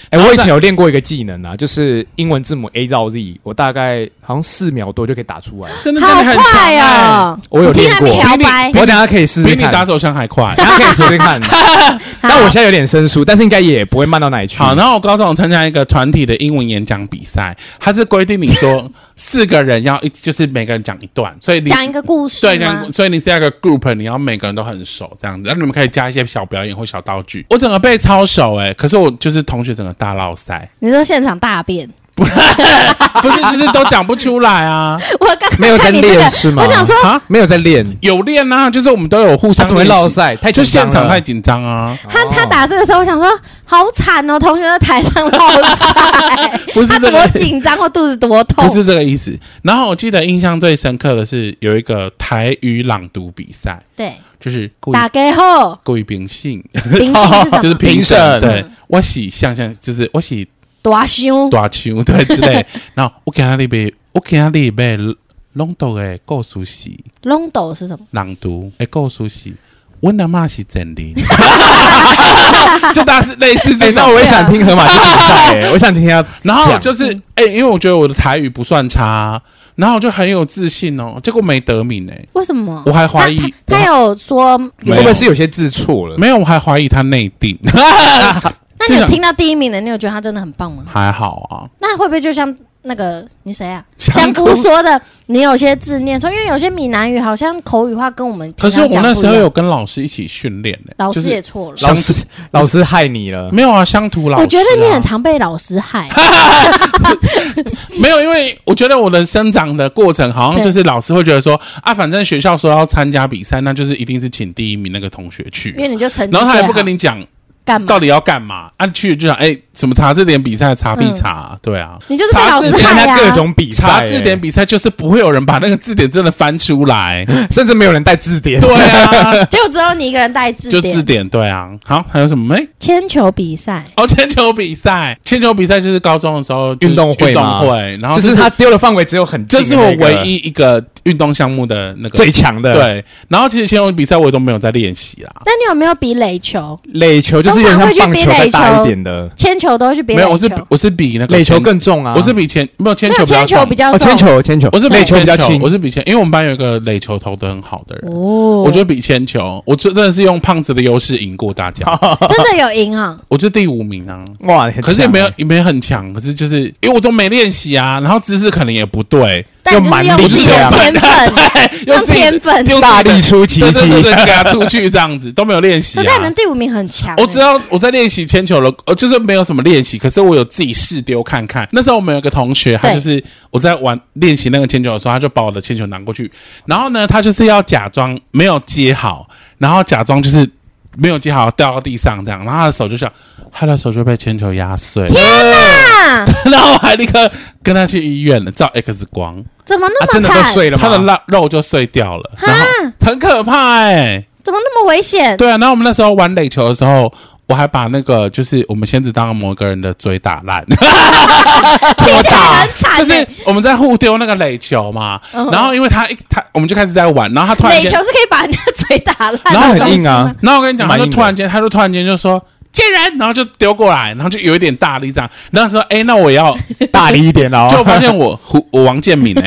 C: 哎、我以前有练过一个技能啊，就是英文字母 A 到 Z，我大概好像四秒多就可以打出来。
A: 真的真
B: 好
A: 的很强
B: 快
A: 欸、
B: 哦！
C: 我有练过
B: 你听他们漂白
A: 比你
C: 我等下可以试
A: 比
C: 试
A: 你
C: 看，
A: 打手枪还快。
C: 大家可以试试 看。但我
B: 好
C: 现在有点生疏，但是应该也不会慢到哪里去。
A: 好，然后我高中有参加一个团体的英文演讲比赛，它是规定你 说四个人要一，就是每个人讲一段，所以你
B: 讲一个故事
A: 对，
B: 吗
A: 讲，？所以你是要一个 group，你要每个人都很熟这样子，然后你们可以加一些小表演或小道具。我整个被超熟哎、可是我就是同学整个大落 塞，
B: 你说现场大便，
A: 不是，就是都讲不出来 啊，
B: 我刚刚
C: 没有在
B: 看你这个
C: 练是吗？
B: 我想说，
A: 啊，
C: 没有在练，
A: 有练啊，就是我们都有互
C: 他
A: 相
C: 怎么会
A: 练习
C: 落赛？太
A: 就
C: 紧张
A: 现场
C: 了
A: 太紧张啊，
B: 他他
C: 哦
B: 打这个时候，我想说好惨哦，同学在台上落塞，
A: 不是
B: 他
A: 这
B: 多
A: 个
B: 紧张，或肚子多痛
A: 不，是这个意思。然后我记得印象最深刻的是有一个台语朗读比赛，
B: 对，
A: 就是故意
B: 打给 后，
A: 故意秉性，
B: 平行是什么？
A: 就是评
C: 评审
A: 审。对，
B: 嗯
A: 我喜像像就是我喜
B: 大胸，
A: 大枪对 之类。然后我给他那边，我给他那边朗读的故事是
B: 龙斗是什么？
A: 朗读的故事是。我阿妈是真 的， 就大是类似
C: 哎、
A: 这
C: 那
A: 种
C: 我，也想听河
A: 啊
C: 马去比赛、哎，我想听他。
A: 然后就是哎、因为我觉得我的台语不算差，然后我就很有自信哦，结果没得名哎、
B: 为什么？
A: 我还怀疑
B: 哦他他有说，
A: 没有
C: 会不会是有些字错了？
A: 没有，我还怀疑他内定，
B: 那你
A: 这
B: 有
A: 样
B: 听到第一名的，你有觉得他真的很棒吗？
A: 还好啊
B: 那会不会就像那个你谁啊？
A: 香
B: 香
A: 菇
B: 菇说的，你有些字念错，因为有些闽南语好像口语化跟我们
A: 啊。可
B: 平
A: 是
B: 常
A: 我
B: 讲
A: 那
B: 不
A: 时
B: 一
A: 候
B: 样
A: 有跟老师一起训练呢、
B: 老
A: 就是
B: 师也错了。
C: 老师，老师害你 了。
A: 没有啊，乡土老师啊、
B: 我觉得你很常被老师害，
A: 没有，因为我觉得我的生长的过程好像就是老师会觉得说啊，反正学校说要参加比赛，那就是一定是请第一名那个同学去
B: 因，为你啊就成绩
A: 然后他也
B: 最
A: 不跟
B: 好
A: 你讲
B: 干嘛
A: 到，底要干嘛，啊去了就想哎、什么查字典比赛
B: 嗯
A: 查必查，对啊。
B: 你就是被老师
A: 查字典
C: 参
B: 害
C: 加
B: 啊。
C: 各种比赛、欸
A: 查字典比赛就是不会有人把那个字典真的翻出 来，
C: 哎甚至没有人带字典。
A: 对啊，
B: 结果只有你一个人带字
A: 就字
B: 典，
A: 典对啊。好，还有什么？哎、
B: 铅球比赛，
A: 哦， 铅球比赛，铅球比赛就是高中的时候就是
C: 运动会
A: 运
C: 吗
A: 动会，然后
C: 就
A: 这
C: 是他，丢的范围只有很近
A: 啊这
C: 的
A: 是
C: 那
A: 我
C: 个、
A: 唯一一个运动项目的那个
C: 最强的。，
A: 对，然后其实铅球比赛我也都没有在练习啦，
B: 那你有没有比垒球？
C: 垒球就是有点像棒球再大一点的，
B: 铅球都会去比
A: 没
B: 垒
A: 有，我
B: 球
A: 是，我是比那个
C: 垒球
A: 铅，
C: 更重啊。
A: 我是比铅没有铅
B: 没
A: 球
B: 有铅球比
A: 较
B: 较
C: 哦，
B: 重
C: 铅球铅球
A: 重，，我是比
C: 垒球比较
A: 铅
C: 轻
A: 我是比铅，因为我们班有一个垒球投的很好的人，
B: 哦，
A: 我觉得比铅球，我真的是用胖子的优势赢过大家，
B: 真的有赢 啊，
A: 我就第五名啊。
C: 哇，哦你很
A: 可是也
C: 强
A: 没有
C: 哎，
A: 也没有很强，可是就是因为我都没练习啊，然后姿势可能也不对，
B: 但你
C: 用
B: 就
C: 蛮
B: 是
C: 力
B: 用自己
C: 这
B: 的
C: 样
B: 天分，用
A: 自己
B: 天分，
A: 用
C: 大力出奇
A: 对对对
C: 迹
A: 对，给他出去这样子都没有练习
B: 可是你
A: 啊
B: 们。第五名很强欸，
A: 我知道我在练习铅球了，呃，就是没有什么练习，可是我有自己试丢看看。那时候我们有个同学，他
B: 对
A: 就是我在玩练习那个铅球的时候，他就把我的铅球拿过去，然后呢，他就是要假装没有接好，然后假装就是没有接好掉到地上这样，然后他的手就像他的手就被铅球压碎，
B: 啊，
A: 然后我还立刻跟他去医院了，照 X 光，
B: 怎么
C: 啊，
B: 那
C: 真
B: 么
C: 的都
B: 惨？
C: 碎了
A: 他的
C: 吗？
A: 肉肉就碎掉 了，然后
B: 啊，
A: 很可怕哎、
B: 怎么那么危险？
A: 对啊，然后我们那时候玩垒球的时候，我还把那个就是我们仙子当的某个人的嘴打烂，
B: 听起来很惨欸，
A: 啊 就是我们在互丢那个垒球嘛。
B: 嗯
A: 然后因为他一他我们就开始在玩，然后他突然
B: 垒
A: 间
B: 球，是可以把人家嘴打烂，
A: 然后很
C: 硬啊，
A: 然后我跟你讲，他
C: 蛮
A: 就
C: 硬的
A: 突然间他就突然间就说。贱人，然后就丢过来，然后就有一点大力这样，然后说：“哎、那我也 要。
C: 大力一点”哦，
A: 就发 现我胡我王建民哎、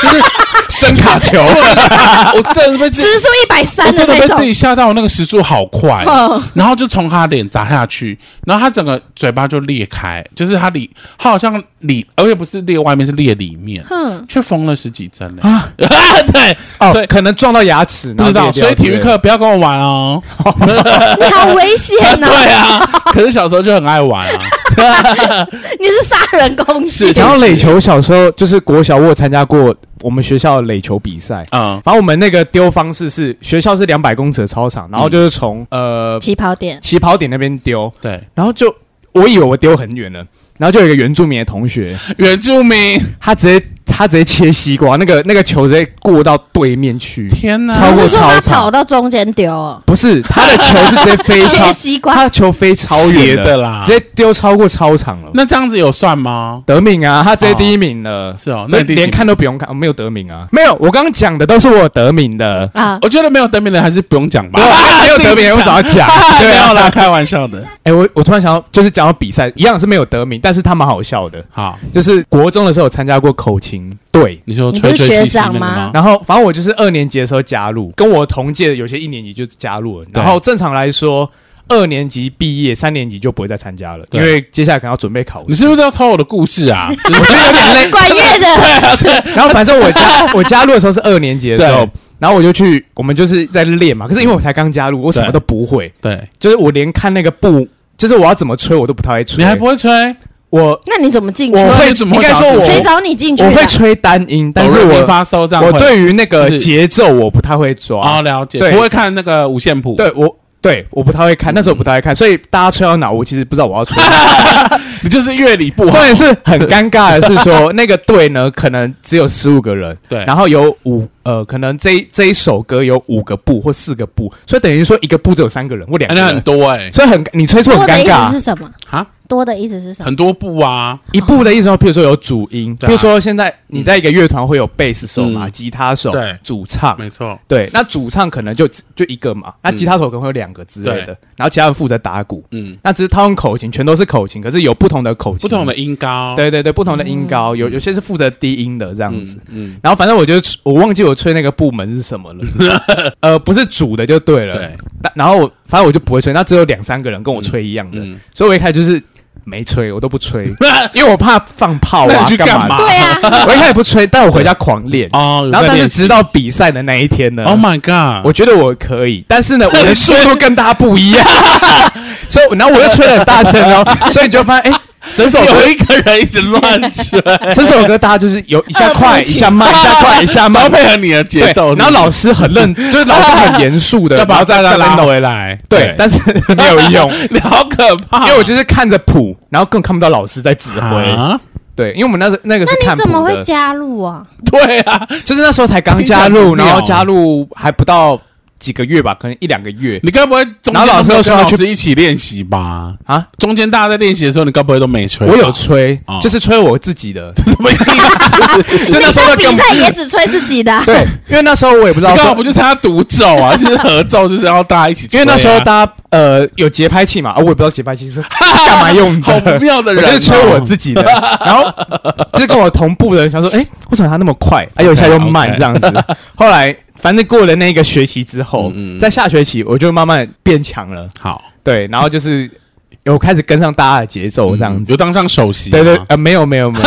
A: 就是
C: 声卡 球，
A: 我真的被自己，
B: 时速一百三
A: 我
B: 的
A: 真的
B: 那
A: 被自
B: 种，
A: 己吓到，那个时速好快、
B: 嗯
A: 然后就从他脸砸下去，然后他整个嘴巴就裂开，就是他里，他好像里，而且不是裂外面，是裂里面，
B: 哼，
A: 却缝了十几针嘞、
C: 啊
A: 对，所
C: 哦，
A: 以
C: 可能撞到牙齿，
A: 不知道，所以体育课不要跟我玩哦。
B: 你好危险哦！
A: 对啊，可是小时候就很爱玩啊。
B: 你是杀人工具，
C: 然后垒球，小时候就是国小，我有参加过呃我们学校的呃垒球比赛。
A: 嗯，
C: 然后我们那个丢方式是学校是两百公尺的操场，
A: 嗯
C: 然后就是从、呃
B: 起跑点，
C: 起跑点那边丢，
A: 对，
C: 然后就我以为我丢很远了，然后就有一个原住民的同学，
A: 原住民
C: 他直接他他直接切西瓜，那个那个球直接过到对面去，
A: 天哪！
C: 超
B: 不
C: 过
B: 是说
C: 操
B: 他
C: 场
B: 跑到中间丢哦，
C: 不是他的球是直接飞哎超
B: 切，西瓜
C: 他的球飞超
A: 斜
C: 远
A: 的啦
C: 直接丢超过操场了。
A: 那这样子有算吗？
C: 得名啊，他直接第一名了，
A: 是哦那
C: 那
A: 你第几
C: 连
A: 名
C: 看都不用看，哦没有得名啊，没有，我刚刚讲的都是我得名的，
B: 啊！
A: 我觉得没有得名的还是不用讲吧
C: 对。啊没有得名为什么要讲？
A: 没
C: 对啊
A: 有啦，开玩笑的。
C: 哎、我我突然想到，就是讲到比赛，一样是没有得名，但是他蛮好笑的。
A: 好，
C: 就是国中的时候有参加过口琴队，
A: 你说
B: 你不是
A: 吹吹西
B: 学
A: 西那
B: 长
A: 个
B: 吗
A: 吗？
C: 然后反正我就是二年级的时候加入，跟我同届的有些一年级就加入了。
A: 对
C: 然后正常来说，二年级毕业，三年级就不会再参加了，
A: 对
C: 因为接下来可能要准备考
A: 你
C: 试。
A: 是不是要偷我的故事啊？就是
B: 管乐的，
C: 然后反正我加我加入的时候是二年级的时候
A: 对，
C: 然后我就去，我们就是在练嘛。可是因为我才刚加入，我什么
A: 对
C: 都不会，
A: 对，
C: 就是我连看那个布，就是我要怎么吹我都不太会吹。
A: 你还不会吹？
C: 我
B: 那你怎么进去？
C: 我
A: 那
C: 会
A: 你怎么会
C: 应该
A: 找
C: 说
A: 到
C: 我
A: 这
B: 谁找你啊进去
C: 我会
B: 的？
C: 吹单音，但是
A: 哆哦瑞咪
C: 我
A: 发收这样会，
C: 我对于那
A: 就
C: 个
A: 是
C: 节奏我不太会抓，
A: 哦了解，
C: 对
A: 不会看那个五线谱，
C: 对我对我不太会看，那时候不太会看，所以大家吹到哪我其实不知道我要吹 哪。
A: 你就是乐理不
C: 重
A: 好。
C: 点是很尴尬的是说，那个队呢可能只有十五个人，
A: 对哎
C: 然后有五呃，可能这一这一首歌有五个部或四个部，所以等于说一个部只有三个人或两
A: 哎
C: 个
A: 那很
C: 人，
A: 多哎
C: 所以很你吹错
B: 多
C: 很
B: 的
C: 尴
B: 意思
C: 尬
B: 是。什么？
A: 啊，
B: 多的意思是什么？
A: 很多步啊，
C: 一部的意思说，譬如说有主音，
A: 对啊
C: 譬如说现在你在一个乐团会有贝斯手嘛、
A: 嗯
C: 吉他手
A: 对、嗯
C: 主唱，
A: 没错，
C: 对，那主唱可能就就一个嘛，那吉他手可能会有两个之类的，然后其他人负责打鼓。
A: 嗯，
C: 那只是他用口琴，全都是口琴，可是有不同的口琴，
A: 不同的，音高，
C: 对对对，不同的音高，有有些是负责低音的这样子。
A: 嗯，嗯，
C: 然后反正我就我忘记我吹那个部门是什么 了，呃，不是主的就对了。
A: 对，
C: 那然后我反正我就不会吹，那只有两三个人跟我吹一样的，
A: 嗯嗯
C: 所以我一开始就是没吹，我都不 吹，因为我怕放炮
A: 那
C: 啊，
A: 你去干
C: 嘛
A: 嘛？
B: 对 啊，
C: 的？我一开始不吹，但我回家狂练。
A: 哦，有
C: 然后，
A: 在
C: 但是
A: 练习
C: 直到比赛的那一天呢
A: ，Oh my God，
C: 我觉得我可以，但是呢，我的速度跟他不一样， 所以然后我又吹得很大声 哦，所以你就发现，哎、整首
A: 有
C: 歌
A: 一个人一直乱 吹，
C: 整首歌大家就是有一下
B: 二
C: 快
B: 部曲
C: 一下慢，一下 快一下
A: 然后
C: 慢，
A: 配合你的节奏，
C: 对然后老师很 认，就是老师很严肃的，
A: 要把
C: 然后
A: 再
C: 再
A: 拉
C: 再
A: 拉
C: 拉回
A: 回来，
C: 对，但是 没有 用，
A: 你好可怕，
C: 因为我就是看着谱，然后更看不到老师在指挥，
A: 啊，
C: 对，因为我们那时候那个是
B: 那
C: 看
B: 你怎么
C: 谱
B: 会
C: 的，
B: 加入啊？
A: 对啊，
C: 就是那时候才刚
A: 听起来
C: 加入，
A: 很妙
C: 然后加入还不到几个月吧，可能一两个月
A: 你该不会中间
C: 然后老师又说要
A: 老
C: 去
A: 师一起练习吧？
C: 啊，
A: 中间大家在练习的时候，你该不会都没吹吧？
C: 我 有吹
A: 哦，
C: 就是吹我自己的。
A: 什 么意思？
C: 就那时候
B: 你
C: 的
B: 看比
C: 根
B: 赛也只吹自己的啊，
C: 对，因为那时候我也不知
A: 你
C: 道
A: 干嘛
C: 说
A: 不，去参加独奏啊？就是合奏，就是要大家一起吹啊、
C: 因为那时候大家呃有节拍器嘛，啊我也不知道节拍器是 是干嘛用
A: 好
C: 的。
A: 妙的
C: 我
A: 人、啊
C: 就是吹我 自己的，然后就是跟我同步的人想说，哎、为什么他那么快，还有一下又慢
A: OK，OK
C: 这样子？后来反正过了那个学期之后，
A: 嗯嗯
C: 在下学期我就慢慢变强了，
A: 好
C: 对，然后就是有开始跟上大家的节奏哦这样
A: 嗯有
C: 子，
A: 当上首席吗，啊
C: 对对，呃，没有没有没有，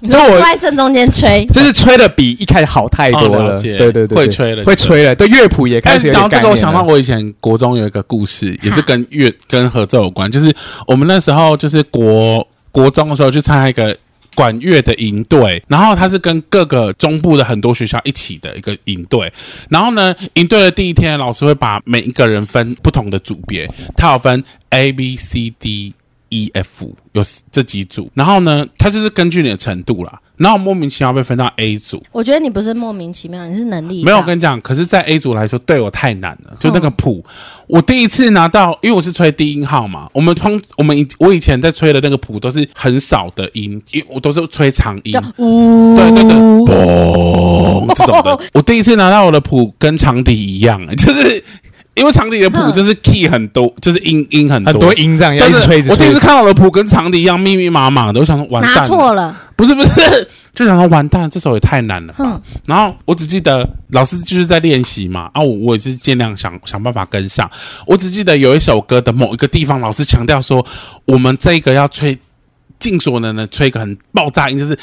B: 你
C: 就
B: 就
C: 我
B: 坐在正中间吹。
C: 就是吹的比一开始好太多
A: 哦
C: 了，
A: 了解
C: 对对对对，
A: 会吹了
C: 会吹了，对乐谱也
A: 但
C: 开始
A: 是
C: 有
A: 哎讲
C: 点
A: 到
C: 概
A: 这
C: 念了。
A: 个，我想到我以前国中有一个故事，也是 跟乐跟合奏有关。就是我们那时候就是国国中的时候去参加一个管乐的营队，然后它是跟各个中部的很多学校一起的一个营队。然后呢，营队的第一天，老师会把每一个人分不同的组别，他有分 A、B、C、D。E、F 有这几组，然后呢，他就是根据你的程度啦，然后莫名其妙被分到 A 组，
B: 我觉得你不是莫名其妙，你是能力
A: 没有，我
B: 大
A: 跟你讲，可是，在 A 组来说，对我太难了。就那个谱，我第一次拿到，因为我是吹低音号嘛。我们通，我们以我以前在吹的那个谱都是很少的音，因为我都是吹长音
B: 就。呜，
A: 对对对，嘣这种 的
B: 哦。
A: 我第一次拿到我的谱跟长笛一样，就是因为长笛的谱
B: 嗯
A: 就是 key 很多，就是音音很多。
C: 很多音这样，要
A: 但
C: 一直
A: 是
C: 吹一直
A: 我第
C: 吹
A: 一次。看到我的谱跟长笛一样密密麻麻的，我想说完蛋了，
B: 拿错了，
A: 不是不是， 就想说完蛋，这首也太难了吧。
B: 哼，
A: 然后我只记得老师就是在练习嘛，啊，我我也是尽量想想办法跟上。我只记得有一首歌的某一个地方，老师强调说，我们这个要吹尽所能的吹一个很爆炸音，就是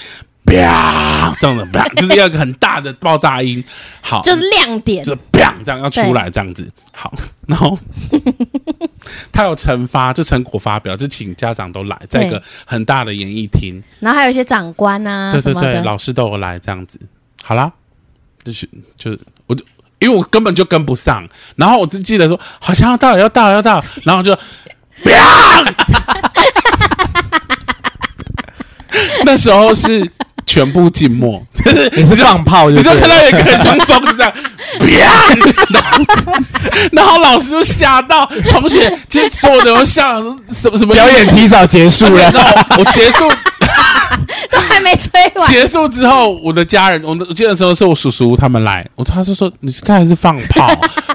A: 啪这样的啪，就是要一个很大的爆炸音。好，
B: 就是亮点
A: 就，是砰这样要出来这样子。好，然 后他有惩罚，就成果发表，就请家长都来，在一个
B: 对
A: 很大的演艺厅。
B: 然后还有一些长官啊
A: 对
B: 什
A: 对
B: 么
A: 对，
B: 的，
A: 老师都有来这样子。好啦，就是就是我就。因为我根本就跟不上，然后我只记得说好像要到了，要到了，要到了，然 后就， 那时候是全部静默，就是
C: 你是放炮
A: 你
C: 对
A: 就
C: 了
A: 看到有个人像疯子这样， 啪！然后 老师就吓到，同学就所有人都吓了，什么什么
C: 表演提早结束
A: 然
C: 了，
A: 后我结束
B: 都还没吹完，
A: 结束之后，我的家人，我的我记得那时候是我叔叔他们来，我他就说你是刚才是放 炮，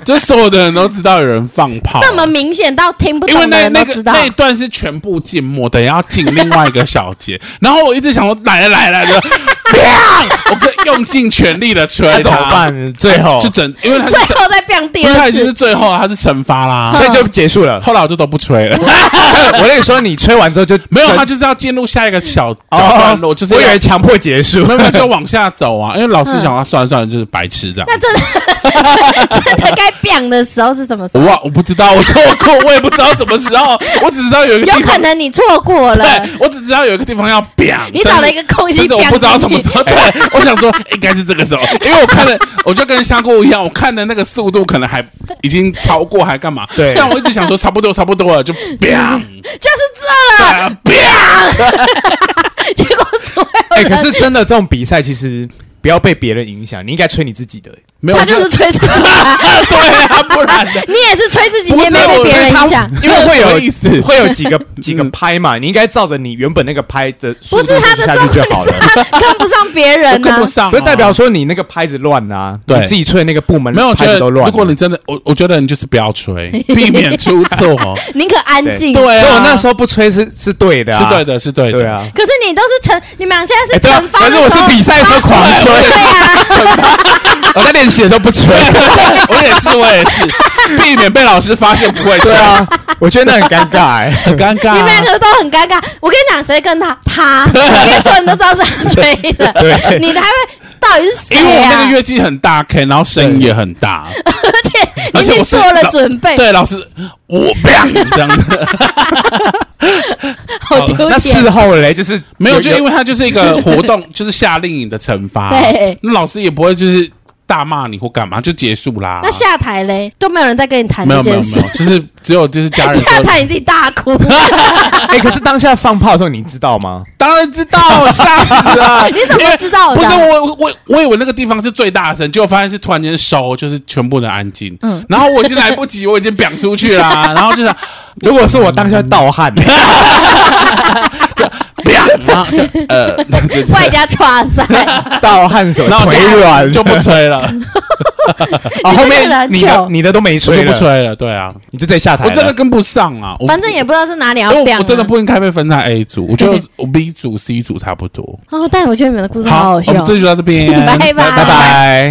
A: 就所有的人都知道有人放炮，
B: 那么明显到听不
A: 哦因为
B: 懂的
A: 那
B: 人
A: 那
B: 都
A: 个
B: 知道。
A: 那一段是全部静默，等一下要进另外一个小节，然后我一直想说来了来了来了，啪！我跟用尽全力的吹
C: 那
A: 他，
C: 哎怎么办？最后
A: 就整，因为他是
B: 最后再变第
A: 因为他
B: 二
A: 已经
B: 次
A: 是，最后了，他是惩罚啦
C: 所，以就结束了。
A: 后来我就都不吹了，
C: 我跟你说，你吹完之后就
A: 没有，他
C: 真
A: 就是要进入下一个小小段落，就是
C: 哦我以
A: 要
C: 为强迫结束
A: 没。有没有就往下走啊，因为老师
B: 嗯
A: 想要算了算了，就是白痴这样。
B: 那真的真的 该变的时候是什么时
A: 我
B: 候？
A: 忘我不知道，我错过，我也不知道什么时候，我只知道有一个
B: 有
A: 地
B: 可
A: 方，
B: 能你错过了
A: 对，我只知道有一个地方要 biang，
B: 你找了一个空隙
A: 但是我不知道
B: 飙
A: 什么
B: 进去
A: 时候。对，我想说应该是这个时候，因为我看的，我就跟香菇一样，我看的那个速度可能还已经超过，还干嘛？
C: 对
A: 但我一直想说差不多差不多了，就 biang
B: 就是这了，
A: 啊
B: 结果是会有
C: 哎，
B: 人
C: 可是真的这种比赛其实不要被别人影响，你应该吹你自 己的。
A: 没有，
B: 他就是吹自 己啊，
A: 对啊，不然呢？
B: 你也是吹自己，
A: 不
B: 你
A: 是啊
B: 也没被别人影响。
C: 因为会
A: 什么
C: 有
A: 意思
C: 会有几个几个拍嘛，你应该照着你原本那个拍的速
B: 不
C: 度
B: 是他的
C: 下
B: 状
C: 去
B: 况，
C: 就好
B: 是
C: 了。
B: 他跟不上别
A: 我
B: 人
A: 跟
B: 呢
A: 不。上啊，
C: 不是代表说你那个拍子乱啊，
A: 对
C: 你自己吹那个部门
A: 没有我觉
C: 拍子
A: 得，
C: 都乱啊了。
A: 如果你真的，我我觉得你就是不要 吹，避免出错。哦
B: 宁可安静。
A: 对啊
C: 所以我那时候不吹是是对的、啊，
A: 是对，的，是对的，
C: 对。啊。
B: 可是你都是惩，你们俩现在
C: 哎
B: 是
C: 对啊
B: 惩罚
C: 可
B: 的
C: 是
B: 时候，
C: 我是比赛的时候狂吹，
B: 对啊，
C: 我在练习的时候不 吹。
A: 我也是，我也是，避免被老师发现不会吹
C: 对，啊，我觉得 那很尴尬哎、
A: 很尴尬
B: 你们两
A: 啊。
B: 个都很尴尬。我跟你讲，谁跟他？他，因为所有人都知道是他吹 的，
C: 对
B: 你的还会到底是
A: 因为
B: 谁
A: 我那个
B: 啊？
A: 乐器很大 K，然后声音也很大，
B: 而且
A: 而
B: 啊你已
A: 且
B: 经
A: 我是
B: 做了准备，
A: 对，老师，我这样 子，哦
B: 好丢
C: 那
B: 脸
A: 啊
C: 事。后嘞，就是
A: 没有，就因为它就是一个活动， 就是夏令营的惩罚。
B: 对
A: 那老师也不会就是大骂你或干嘛，就结束啦。
B: 那下台嘞，都没有人在跟你谈
A: 没
B: 这
A: 有没有没
B: 件事
A: 有。，就是只有就是家人
B: 下
A: 说，
B: 台你自己大 哭，
C: 哎、可是当下放炮的时候，你知道吗？
A: 当然知道，吓死了。
B: 你怎么知道
A: 不
B: 的
A: 是
B: 啊？
A: 我我我以为那个地方是最大声，结果发现是突然间收，就是全部人安静。嗯
B: 嗯，
A: 然后我已经来不及，我已经表出去啦，然后 就是
C: 如果是我当下盗汗、欸
A: 啪，然后就呃，就就
B: 外加 抓塞，
C: 盗汗手
A: 然后
C: 腿软
A: 就不吹了，哦
C: 啊，后
B: 你真的
C: 面
B: 很
C: 你的
B: 糗
C: 你的都没
A: 我
C: 吹
A: 就
C: 了，
A: 不吹了。对啊，
C: 你就直接下台
A: 我
C: 了。
A: 真的跟不上啊，我
B: 反正也不知道是哪里要啊
A: 因为
B: 变。
A: 哦我真的不应该被分在 A 组，我觉 得我 B 组、C 组差不多。
B: 哦，但我觉得你们的故事好
A: 好，
B: 好
A: 我
B: 笑
A: 们。这就到这边，
B: 拜拜
C: 拜拜。